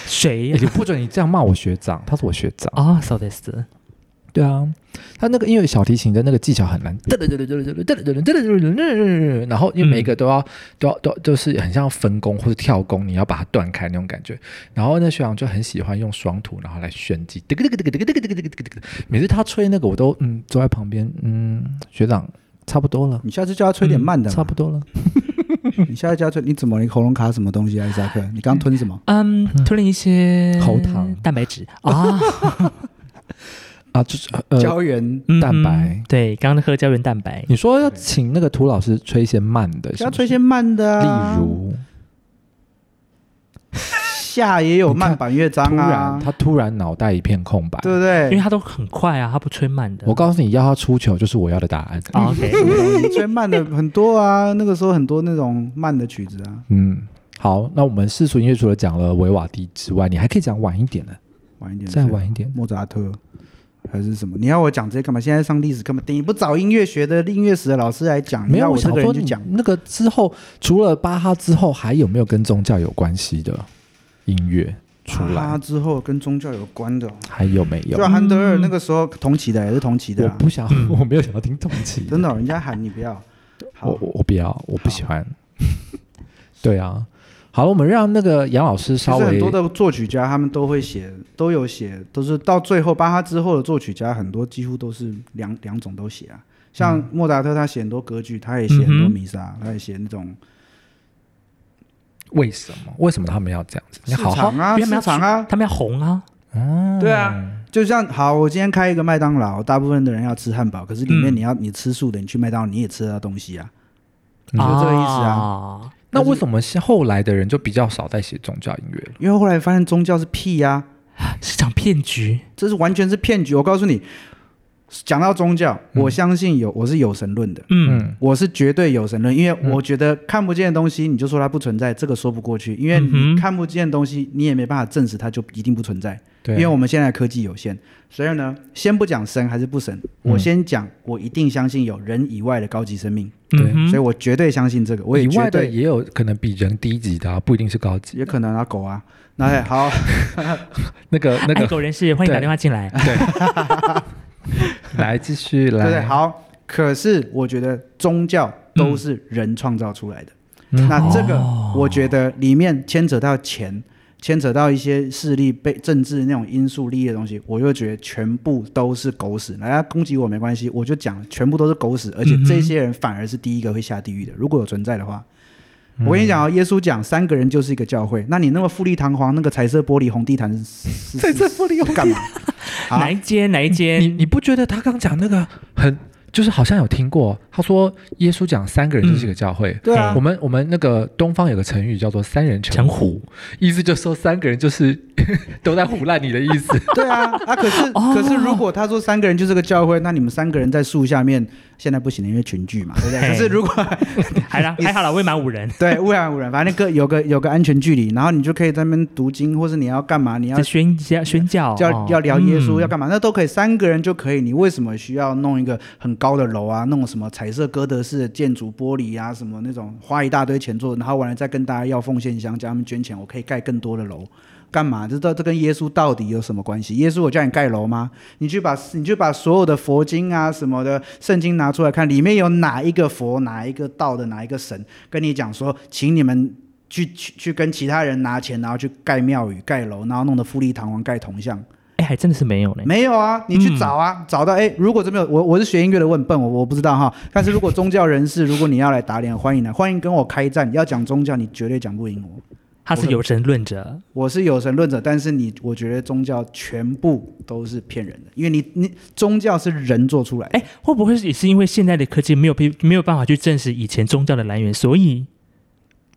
谁
哎你不准你这样骂我学长，他是我学长。
啊？So this，
对啊，他那个因为小提琴的那个技巧很难，然后因为每一个都要、都要都就是很像分工或者跳弓，你要把它断开那种感觉。然后那学长就很喜欢用双吐，然后来炫技，每次他吹那个我都嗯坐在旁边，嗯学长差不多了，
你下次叫他吹点慢的嘛、
差不多了。
你下次叫他吹，你怎么？你喉咙卡什么东西啊，伊萨克？你刚吞什么？
嗯，吞了一些
喉糖
蛋白质啊，
啊，就是呃，
胶原，
嗯
蛋白
对，刚刚喝胶原蛋白，
你说要请那个涂老师吹一些慢的，
叫他吹些慢的啊。
例如。
下也有慢板乐章
突然，
啊，
他突然脑袋一片空白。
对不
因为
对？
它都很快啊，它不吹慢的。
我告诉你，要他出球就是我要的答案。
啊 OK，
你吹慢的很多啊，那个时候很多那种慢的曲子啊。
嗯，好，那我们世俗音乐除了讲了维瓦蒂之外，你还可以讲晚一点的，
晚一点吹
再晚一点。
莫扎特还是什么？你要我讲这些干嘛？现在上历史干嘛？等你不找音乐学的音乐史的老师来讲，
没
你要
有，
啊我
我
这
想
个
说
人去
你
讲。
那个之后，除了巴哈之后，还有没有跟宗教有关系的音乐出来？
他之后跟宗教有关的哦，
还有没有
对？啊，韩德尔那个时候同期的也是同期的
我
啊，
不想， 我没有想要听同期的，
真的哦，人家喊你不要。
我
好，
我我不要，我不喜欢。 对啊，好，我们让那个杨老师
其
稍
实很
微
多的作曲家他们都会写，都有写，都是到最后巴哈之后的作曲家，很多几乎都是两两种都写啊。像
嗯
莫扎特他写很多歌剧，他也写很
嗯
多
哼
弥撒，他也写那种
为什么？为什么他们要这样子？你
市
哎好好
场啊，
因为他们要
市场啊，
他们要红啊，
对啊，就像好，我今天开一个麦当劳，大部分的人要吃汉堡，可是里面
嗯
你要、你吃素的，你去麦当劳你也吃得到东西啊。
嗯
就
啊，
这个意思
啊。
那为什么是后来的人就比较少在写宗教音乐了？
因为后来发现宗教是屁呀、
是场骗局，
这是完全是骗局。我告诉你，讲到宗教，
嗯
我相信有我是有神论的，
嗯，
嗯，
我是绝对有神论，因为我觉得看不见的东西你就说它不存在，这个说不过去，因为
嗯
你
哼
看不见的东西你也没办法证实它就一定不存在。
对啊，
因为我们现在科技有限，所以呢，先不讲神还是不神，
嗯
我先讲，我一定相信有人以外的高级生命，
对
嗯
所以
哼，
我绝对相信这个，我也
以
绝
外的
对
也有可能比人低级的、啊，不一定是高级。
也可能啊狗啊，那
嗯
嘿好，
那个那
爱
个，
狗人士欢迎打电话进来，
对，来继续
哎对
来，
不对？好，可是我觉得宗教都是人创造出来的，
嗯
那这个
哦
我觉得里面牵扯到钱。牵扯到一些势力、被政治那种因素、利益的东西，我就会觉得全部都是狗屎。大家攻击我没关系，我就讲全部都是狗屎，而且这些人反而是第一个会下地狱的。如果有存在的话，我跟你讲啊、耶稣讲三个人就是一个教会，那你那么富丽堂皇，那个彩色玻璃红地毯是，彩色玻璃红干嘛？好
哪一间哪一
你
间？
你不觉得他刚讲那个很，就是好像有听过？他说耶稣讲三个人就是一个教会。
对啊
我，们我们那个东方有个成语叫做“三人成
成
虎”，意思就说三个人就是 都在胡烂你的意思。
对啊，啊，可是、可是，如果他说三个人就是个教会，那你们三个人在树下面，现在不行了，因为群聚嘛，对不对？
嘿
可是如果
还啦，还好啦，未满五人。
对污染污染，反正个有个有个安全距离，然后你就可以在那边读经，或是你要干嘛，你要
在宣教宣教
要、
哦
要聊耶稣，
嗯
要干嘛，那都可以，三个人就可以。你为什么需要弄一个很高的楼啊？弄什么彩色哥德式的建筑玻璃啊，什么那种花一大堆钱做，然后完了再跟大家要奉献箱，叫他们捐钱，我可以盖更多的楼。干嘛？这到这跟耶稣到底有什么关系？耶稣我叫你盖楼吗？你去把你去把所有的佛经啊什么的圣经拿出来看，里面有哪一个佛、哪一个道的哪一个神跟你讲说，请你们去去去跟其他人拿钱，然后去盖庙宇、盖楼，然后弄得富丽堂皇，盖铜像。
哎，还真的是没有呢。
没有啊，你去找啊，找到哎、如果这边有我我是学音乐的，我很笨，我我不知道哈。但是如果宗教人士，如果你要来打脸，欢迎来，欢迎跟我开战。要讲宗教，你绝对讲不赢我。
他是有神论者，
我是有神论者，但是你，我觉得宗教全部都是骗人的，因为你你宗教是人做出来的。
哎，会不会也是因为现在的科技没有被没有办法去证实以前宗教的来源，所以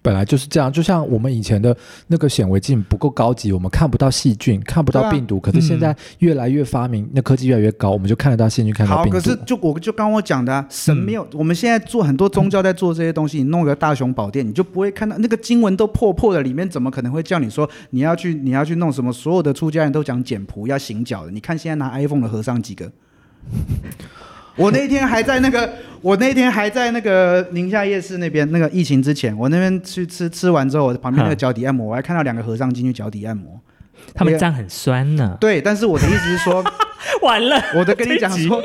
本来就是这样，就像我们以前的那个显微镜不够高级，我们看不到细菌，看不
对
到
啊
病毒。可是现在越来越发明，那科技越来越高，我们就看得到细菌，看得到
好，
病毒。
可是就我就刚我讲的、啊，神没有、我们现在做很多宗教在做这些东西，你弄个大雄宝殿，你就不会看到那个经文都破破的，里面怎么可能会叫你说你要去你要去弄什么？所有的出家人都讲简朴，要行脚的。你看现在拿 iPhone 的和尚几个？ 我那天还在那个，我那天还在那个宁夏夜市那边，那个疫情之前，我那边去吃吃完之后，我旁边那个
嗯
脚底按摩，我还看到两个和尚进去脚底按摩。
他们这样很酸呢？
对，但是我的意思是说，
完了，
我的跟你讲
这一集啊
说，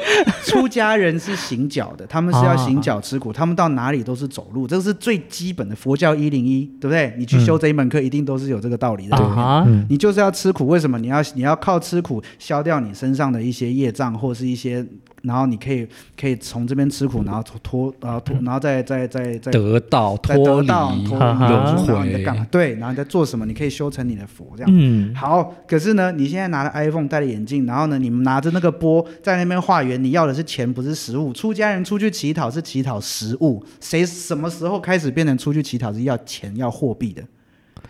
出家人是行脚的，他们是要行脚吃苦，他们到哪里都是走路，这是最基本的佛教一零一，对不对？你去修这一门课，一定都是有这个道理的。
啊哈，
嗯，
你就是要吃苦，为什么？你要你要靠吃苦消掉你身上的一些业障，或是一些，然后你可以可以从这边吃苦，然后脱脱，然后脱，然后再再再再
得到
再得
脱离
到脱离，
哈哈
然
轮
后你在
回
干嘛？对，然后你在做什么？你可以修成你的佛这样。
嗯，
好，可是呢，你现在拿了 iPhone，戴了眼镜，然后呢，你们拿着那个钵在那边化缘，你要的是钱，不是食物。出家人出去乞讨是乞讨食物，谁什么时候开始变成出去乞讨是要钱要货币的？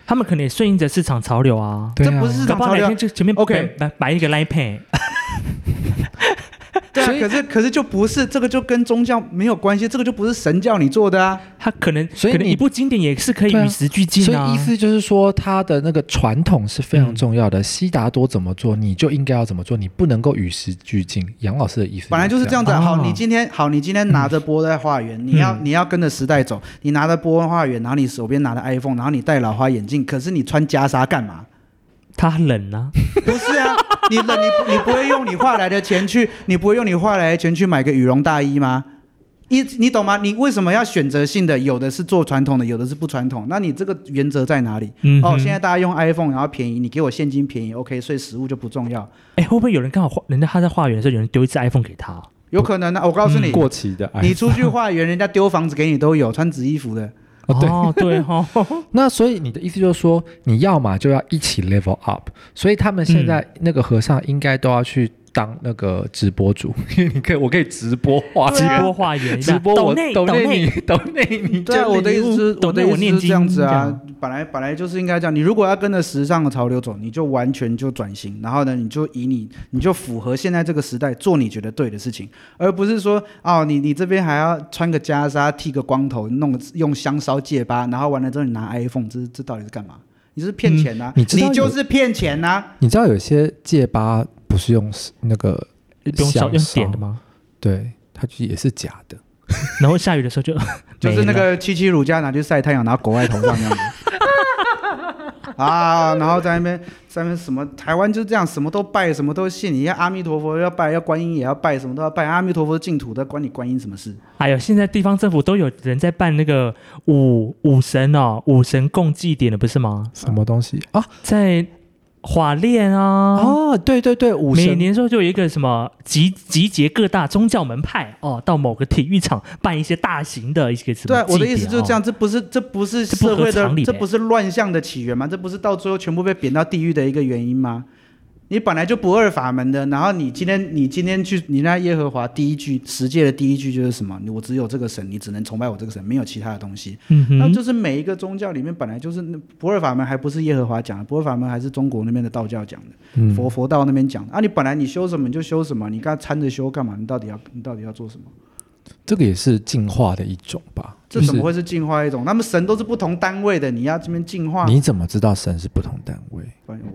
他们可能也顺应着市场潮流啊。
对啊
这不是市
搞
场
不好
潮
哪
流
天。就前面
OK
摆摆一个 Line Pay，
对啊，可是可是就不是这个就跟宗教没有关系，这个就不是神叫你做的啊。
他可能
所以
可能
你
一部经典也是可以
对啊
与时俱
所
进啊。
以意思就是说，他的那个传统是非常重要
嗯
的。悉达多怎么做，你就应该要怎么做，你不能够与时俱进。杨老师的意思
本来就是这样子啊。
哦
好，你今天好，你今天拿着钵在化缘，你要你要跟着时代走，你拿着钵化缘，然后你手边拿着 iPhone，然后你戴老花眼镜，可是你穿袈裟干嘛？
他冷啊，
哦
不是啊，你冷你你不会用你换来的钱去，你不会用你换来的钱去买个羽绒大衣吗？一你懂吗？你为什么要选择性的？有的是做传统的，有的是不传统。那你这个原则在哪里？
嗯
哦，
哼
现在大家用 iPhone，然后便宜，你给我现金便宜，OK，所以食物就不重要。
哎，会不会有人刚好化，人家他在化缘的时候，有人丢一只 iPhone 给他？
有可能啊，我告诉
嗯
你，
过期
哎
的。
你出去化缘，人家丢房子给你都有，穿紫衣服的。
哦对
哦，对哈，
那所以你的意思就是说，你要嘛就要一起 level up。所以他们现在那个和尚应该都要去当那个直播主，因 为你可以，我可以直播化
啊直
缘
播化缘，
啊直播
抖
我
内
抖
抖内
内你抖内你
对啊，
就
我的意思
礼，物
是我的
懂得我
意
念
思是
经
这样子
这
啊
样。
本来本来就是应该这样。你如果要跟着时尚的潮流走，你就完全就转型，然后呢，你就以你你就符合现在这个时代，做你觉得对的事情，而不是说哦，你你这边还要穿个袈裟，剃个光头，弄个用香烧戒疤，然后完了之后你拿 iPhone，这这到底是干嘛？你这是骗钱呐、
嗯你知道有
就是骗钱啊呐、
你知道有些戒疤不是用那个
不用烧
香
用点的
烧
吗？
对，它其实也是假的。
然后下雨的 时候就
就是那
没了
个七七乳加拿去晒太阳，然后狗在头上那样子。 啊，然后在那边在那边什么台湾就是这样，什么都拜，什么都信，你要阿弥陀佛要拜，要观音也要拜，什么都要拜，阿弥陀佛净土的，关你观音什么事？
哎呦，现在地方政府都有人在办那个武武神哦，武神共祭典了，不是吗？
什么东西啊？
在华恋啊，
哦，对对对，武
每
神
年的时候就有一个什么集集结各大宗教门派哦，到某个体育场办一些大型的一些什么祭
对
典、
啊，我的意思就是这样，
哦。
这不是这不是
这不合
社会的
常理，
这
呗
不是乱象的起源吗？这不是到最后全部被贬到地狱的一个原因吗？你本来就不二法门的，然后你今天你今天去你那耶和华第一句十诫的第一句就是什么？我只有这个神，你只能崇拜我这个神，没有其他的东西。
嗯
那
哼，
就是每一个宗教里面本来就是那不二法门，还不是耶和华讲的，不二法门还是中国那边的道教讲的。
嗯
佛佛道那边讲的啊，你本来你修什么你就修什么，你刚掺着修干嘛？你到底要你到底要做什么？
这个也是进化的一种吧？
这
就是
怎么会是进化一种？他们神都是不同单位的，你要这边进化？
你怎么知道神是不同单位？。
不然我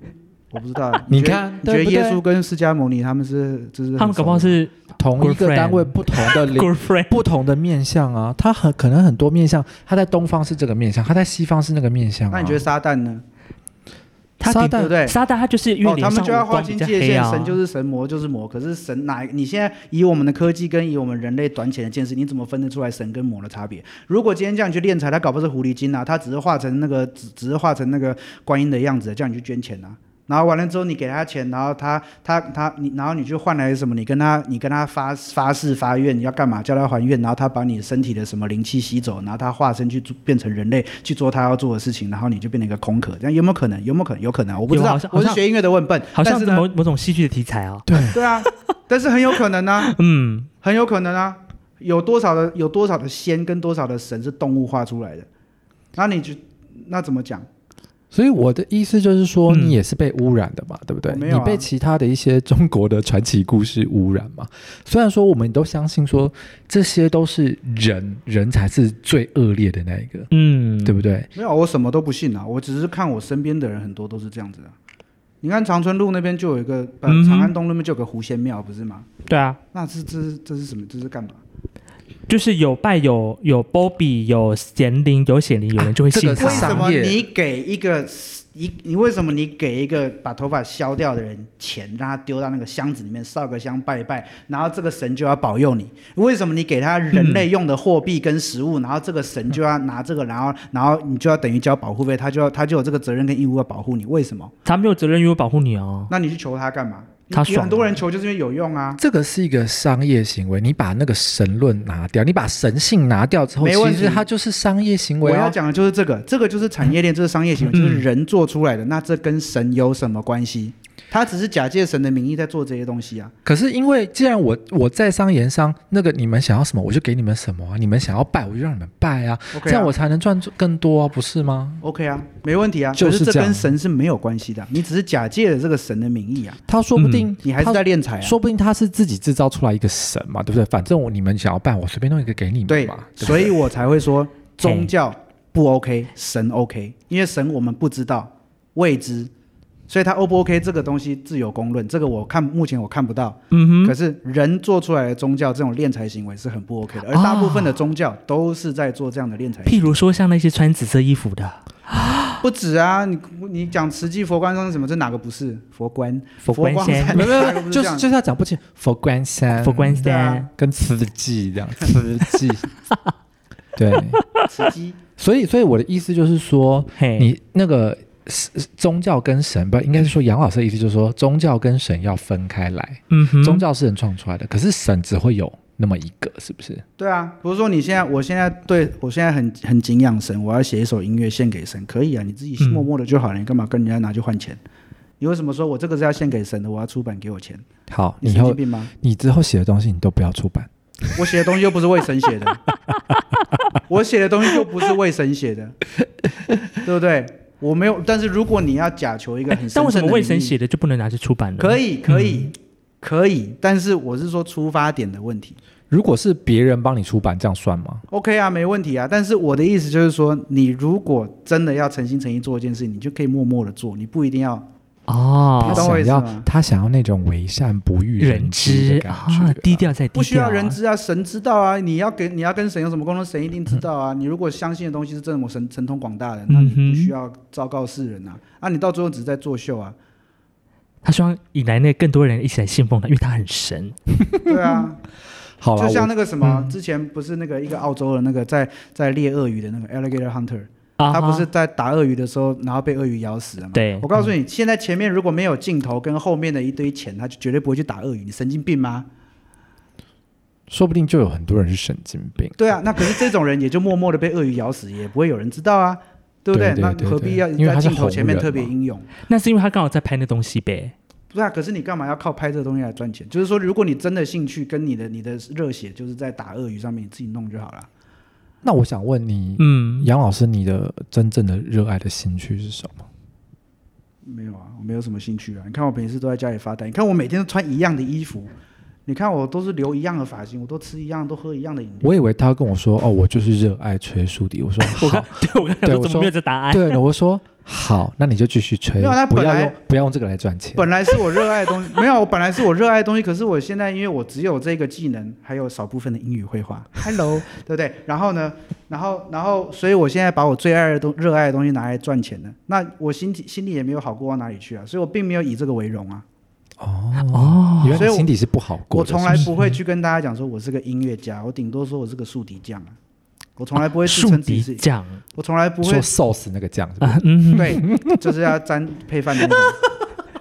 我不知道
你
觉得
看
你觉
对
得
不
耶
对
稣跟释迦牟尼他们是就是
他们搞不好是
同一个
Girlfriend
单位不同的 领
good friend，
不同的面相啊，它很可能很多面相，它在东方是这个面相，它在西方是那个面相、啊。
那你觉得撒旦呢？
他
撒旦
顶
对不对
撒旦他就是因为
哦，
脸
他们
上
就要
五
划
官
清
比较
界
黑
限，
啊，
神就是神，魔就是魔。可是神哪？你现在以我们的科技跟以我们人类短浅的见识，你怎么分得出来神跟魔的差别？如果今天这样去敛财，他搞不好是狐狸精啊，他只是化成那个只只是化成那个观音的样子，叫你去捐钱啊。然后完了之后，你给他钱，然后他他他你，然后你去换来什么？你跟他你跟他发发誓发愿，你要干嘛？叫他还愿，然后他把你身体的什么灵气吸走，然后他化身去做变成人类去做他要做的事情，然后你就变成一个空壳，这样有没有可能？有没有可能？有可能，我不知
有好
道
像，
我是
好像
学音乐的，我很笨，
好像
但是
是
呢
某某种戏剧的题材啊。
对，
对啊，但是很有可能啊，
嗯，
很有可能啊，有多少的有多少的仙跟多少的神是动物画出来的，那你就那怎么讲？
所以我的意思就是说，
嗯
你也是被污染的嘛，对不对
我？没有啊
你被其他的一些中国的传奇故事污染嘛。虽然说我们都相信说这些都是人，人才是最恶劣的那一个，
嗯，
对不对？
没有，我什么都不信啊，我只是看我身边的人很多都是这样子的、啊你看长春路那边就有一个，呃，
嗯哼
长安东路那边就有个狐仙庙，不是吗？
对啊，
那这这是这是什么？这是干嘛？
就是有拜有有 Bobby 有贤灵有显灵，有人就会
这
信
个
他。
为什
商
么
业
你给一个一你为什么你给一个把头发削掉的人钱，让他丢到那个箱子里面烧个香拜一拜，然后这个神就要保佑你？为什么你给他人类用的货币跟食物，然后这个神就要拿这个，然后然后你就要等于交保护费，他就要他就有这个责任跟义务要保护你？为什么？
他没有责任义务保护你哦。
那你去求他干嘛？
他
有
爽
很多人求就是因为有用啊。
这个是一个商业行为，你把那个神论拿掉，你把神性拿掉之后，
没问
其
题
实它就是商业行
我
为
要
啊。
讲的就是这个，这个就是产业链，这是商业行为，就是人做出来的。那这跟神有什么关系？他只是假借神的名义在做这些东西啊。
可是因为既然我我在商言商，那个你们想要什么我就给你们什么啊，你们想要拜我就让你们拜啊，这
OK 啊
样我才能赚更多啊，不是吗？
OK 啊，没问题啊。
就是
可是
这
这
样
跟神是没有关系的啊，你只是假借了这个神的名义啊，
他说不定、
你还是在敛财啊。
说不定他是自己制造出来一个神嘛，对不对？反正我你们想要办，我随便弄一个给你们
对
嘛。对不对
所以我才会说宗教不 OK，神 OK，因为神我们不知道未知，所以它 O 不 OK 这个东西自有公论，这个我看目前我看不到。
嗯
可
哼，
是人做出来的宗教这种敛财行为是很不 OK
啊
的，而大部分的宗教都是在做这样的敛财行为。
譬如说像那些穿紫色衣服的
不止啊，你你讲慈济佛光山是什么？这哪个不是佛观？
佛光
山
山，
没有没
哪
有
个不
就是
这样
是就是要讲不清佛观山，
佛光
对
山
啊，
跟慈济这样， 慈济。 对，
慈济。
所以所以我的意思就是说，
嘿，
哎
你那个是宗教跟神不应该是说杨老师的意思就是说，宗教跟神要分开来，
嗯哼，
宗教是人创出来的，可是神只会有那么一个，是不是？
对啊，比如说你现在，我现在对我现在很很敬仰神，我要写一首音乐献给神，可以啊，你自己
嗯
默默的就好了，你干嘛跟人家拿去换钱？你为什么说我这个是要献给神的？我要出版，给我钱？
好，
你
你以
神
后
经 病吗？
你之后写的东西你都不要出版。
我写的东西又不是为神写的，我写的东西又不是为神写的，对不对？我没有，但是如果你要假求一个
哎
很神
但为什
圣
么
的
卫
名
生
义，
写的就嗯不能拿去出版了？
可以可以可以，但是我是说出发点的问题。
如果是别人帮你出版，这样算吗？
OK 啊，没问题啊。但是我的意思就是说，你如果真的要诚心诚意做一件事，你就可以默默的做，你不一定要
他
哦，
懂我
想
意思吗
要他想要那种为善不欲
人
知的
知
感
啊
觉，，
低调再低调啊，
不需要人知啊，神知道啊。你要跟你要跟神有什么沟通，神一定知道啊。你如果相信的东西是这种神神通广大的，那你
嗯哼
不需要昭告世人啊。啊，你到最后只是在作秀啊。
他希望引来那更多人一起来信奉他，因为他很神。
对 啊，
好了，
就像
我
那个什么，之前不是那个一个澳洲的那个在在猎鳄鱼的那个 alligator hunter，
啊
他
哈
不是在打鳄鱼的时候，然后被鳄鱼咬死了嘛？
对
我告诉你，现在前面如果没有镜头跟后面的一堆钱，他就绝对不会去打鳄鱼。你神经病吗？
说不定就有很多人是神经病。
对啊，那可是这种人也就默默的被鳄鱼咬死，也不会有人知道啊，对不
对对
那
对
何必要
对因为他
在
是
镜头前面特别
红
英勇？
那是因为他刚好在拍那东西呗。
对啊，可是你干嘛要靠拍这个东西来赚钱？就是说，如果你真的兴趣跟你的你的热血就是在打鳄鱼上面，你自己弄就好了。
那我想问你，
嗯，
杨老师，你的真正的热爱的兴趣是什么？
没有啊，我没有什么兴趣啊。你看我平时都在家里发呆，你看我每天都穿一样的衣服，你看我都是留一样的发型，我都吃一样，都喝一样的饮料。
我以为他会跟我说，哦，我就是热爱吹竖笛。我说
我
好
刚，对我刚才
对
说
我
怎么
说
没有这答案？
对，我说好，那你就继续吹
没有他，
不
本
要
来
用不要用这个来赚钱。
本来是我热爱的东西，没 有，我本来是我热爱的东西，可是我现在因为我只有这个技能，还有少部分的英语绘画，Hello，对 不对？然后呢，然后然后，所以我现在把我最爱的东热爱的东西拿来赚钱了，那我心体心里也没有好过到哪里去啊，所以我并没有以这个为荣啊，
哦，
原来
所以
你
我
心底是不好过
我
的是不
从
是，
来不会去跟大家讲说我是个音乐家，我顶多说我是个竖笛匠啊，我从来不会自
树
称自己
敌
是，
酱
我从来不会
说 sauce 那个酱，
啊，嗯，
对，就是要沾配饭的那种。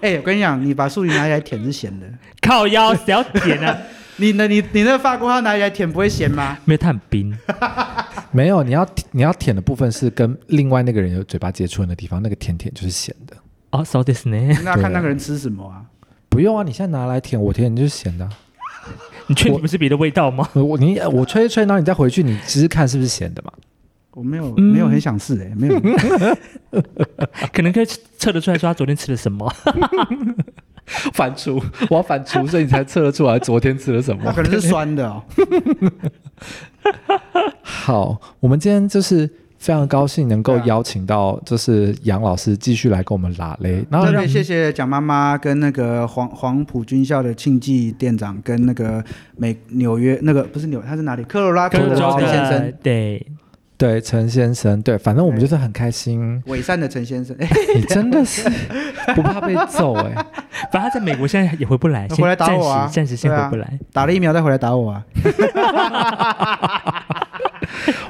哎、我跟你讲，你把树梨拿起来舔是咸的。
靠腰谁要点啊？
你那、你、你那法国号拿起来舔不会咸吗？
没有，他很冰。
没有，你要你要舔的部分是跟另外那个人有嘴巴接触的那地方，那个甜甜就是咸的。
哦，so this 呢？
那看那个人吃什么啊？
不用啊，你现在拿来舔，我舔就是咸的啊、
你确定不是别的味道吗？
我你我吹一吹，然后你再回去，你试试看是不是咸的嘛？
我没有，
嗯
没有很想试哎、没有。
可能可以测得出来说他昨天吃了什么。
反刍，我要反刍，所以你才测得出来昨天吃了什
那
么。
可能是酸的哦。
好，我们今天就是非常高兴能够
对啊
邀请到，就是杨老师继续来跟我们拉嘞，然后
特
让
别谢谢蒋妈妈跟那个黄黄埔军校的庆记店长跟那个美纽约那个不是纽他是哪里科罗拉多
跟
的
周
陈先
的哎
生，
对，
对陈先生，对，反正我们就是很开心。
伪善的陈先生，哎、
你真的 是不怕被揍哎、
反正他在美国现在也回不来，
回
先
来打
暂
我啊
时暂时先
对啊
回不来。
打了疫苗再回来打我啊！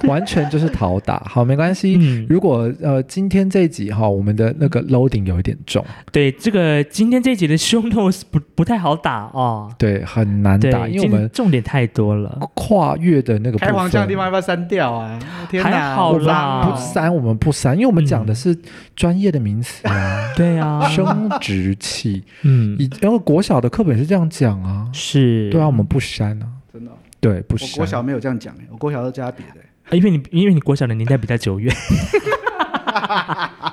完全就是讨打。好，没关系。
嗯
如果呃今天这一集哈，我们的那个 loading 有一点重，
对，这个今天这一集的 show notes 不不太好打哦。
对，很难
对
打，，因为
今
我
天
们
重点太多了。
跨越的那个部
开
分
黄腔的地方要不要删掉啊？天
还
哪，
好
脏
啦
哦嗯
不删，我们不删，因为我们讲的是专业的名词 啊，
对啊，
生殖器，
嗯，
以然后国小的课本是这样讲啊，
是，
对啊，我们不删啊，
真的哦、
对，不
我国小
删。
没有这样讲、哎，我国小都加别的、
啊因为你因为你国小的年代比较久远。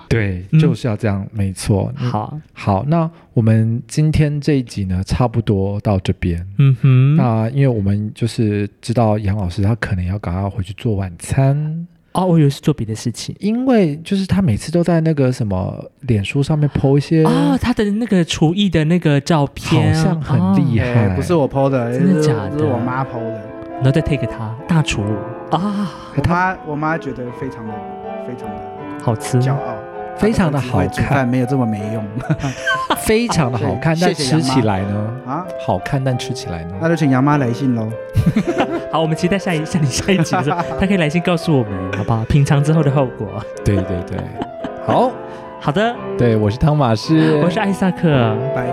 对，
嗯
就是要这样，没错。嗯
好，
好，那我们今天这一集呢，差不多到这边。
嗯哼，
那因为我们就是知道杨老师他可能要赶快回去做晚餐，
哦，我以为是做别的事情。
因为就是他每次都在那个什么脸书上面 PO 一些，
哦，他的那个厨艺的那个照片，
啊好像很厉
害，
害
哎不是我 PO 的，
真的
是
假的
是我妈 PO 的。
啊然后再 take 他大厨啊，
我妈我妈觉得非常的非常的
好吃，
骄傲，
嗯非常的好
她只会煮
看，
饭没有这么没用
非常的好看，
对
但
谢谢
吃
杨妈
起来呢，
啊。
好看但吃起来
那
呢，
就请杨妈来信喽。
好，我们期待下一下你下一集的时候， 他可以来信告诉我们，好不好？品尝之后的后果。
对对对，好，
好的，
对我是汤马士，
我是艾萨克。
拜。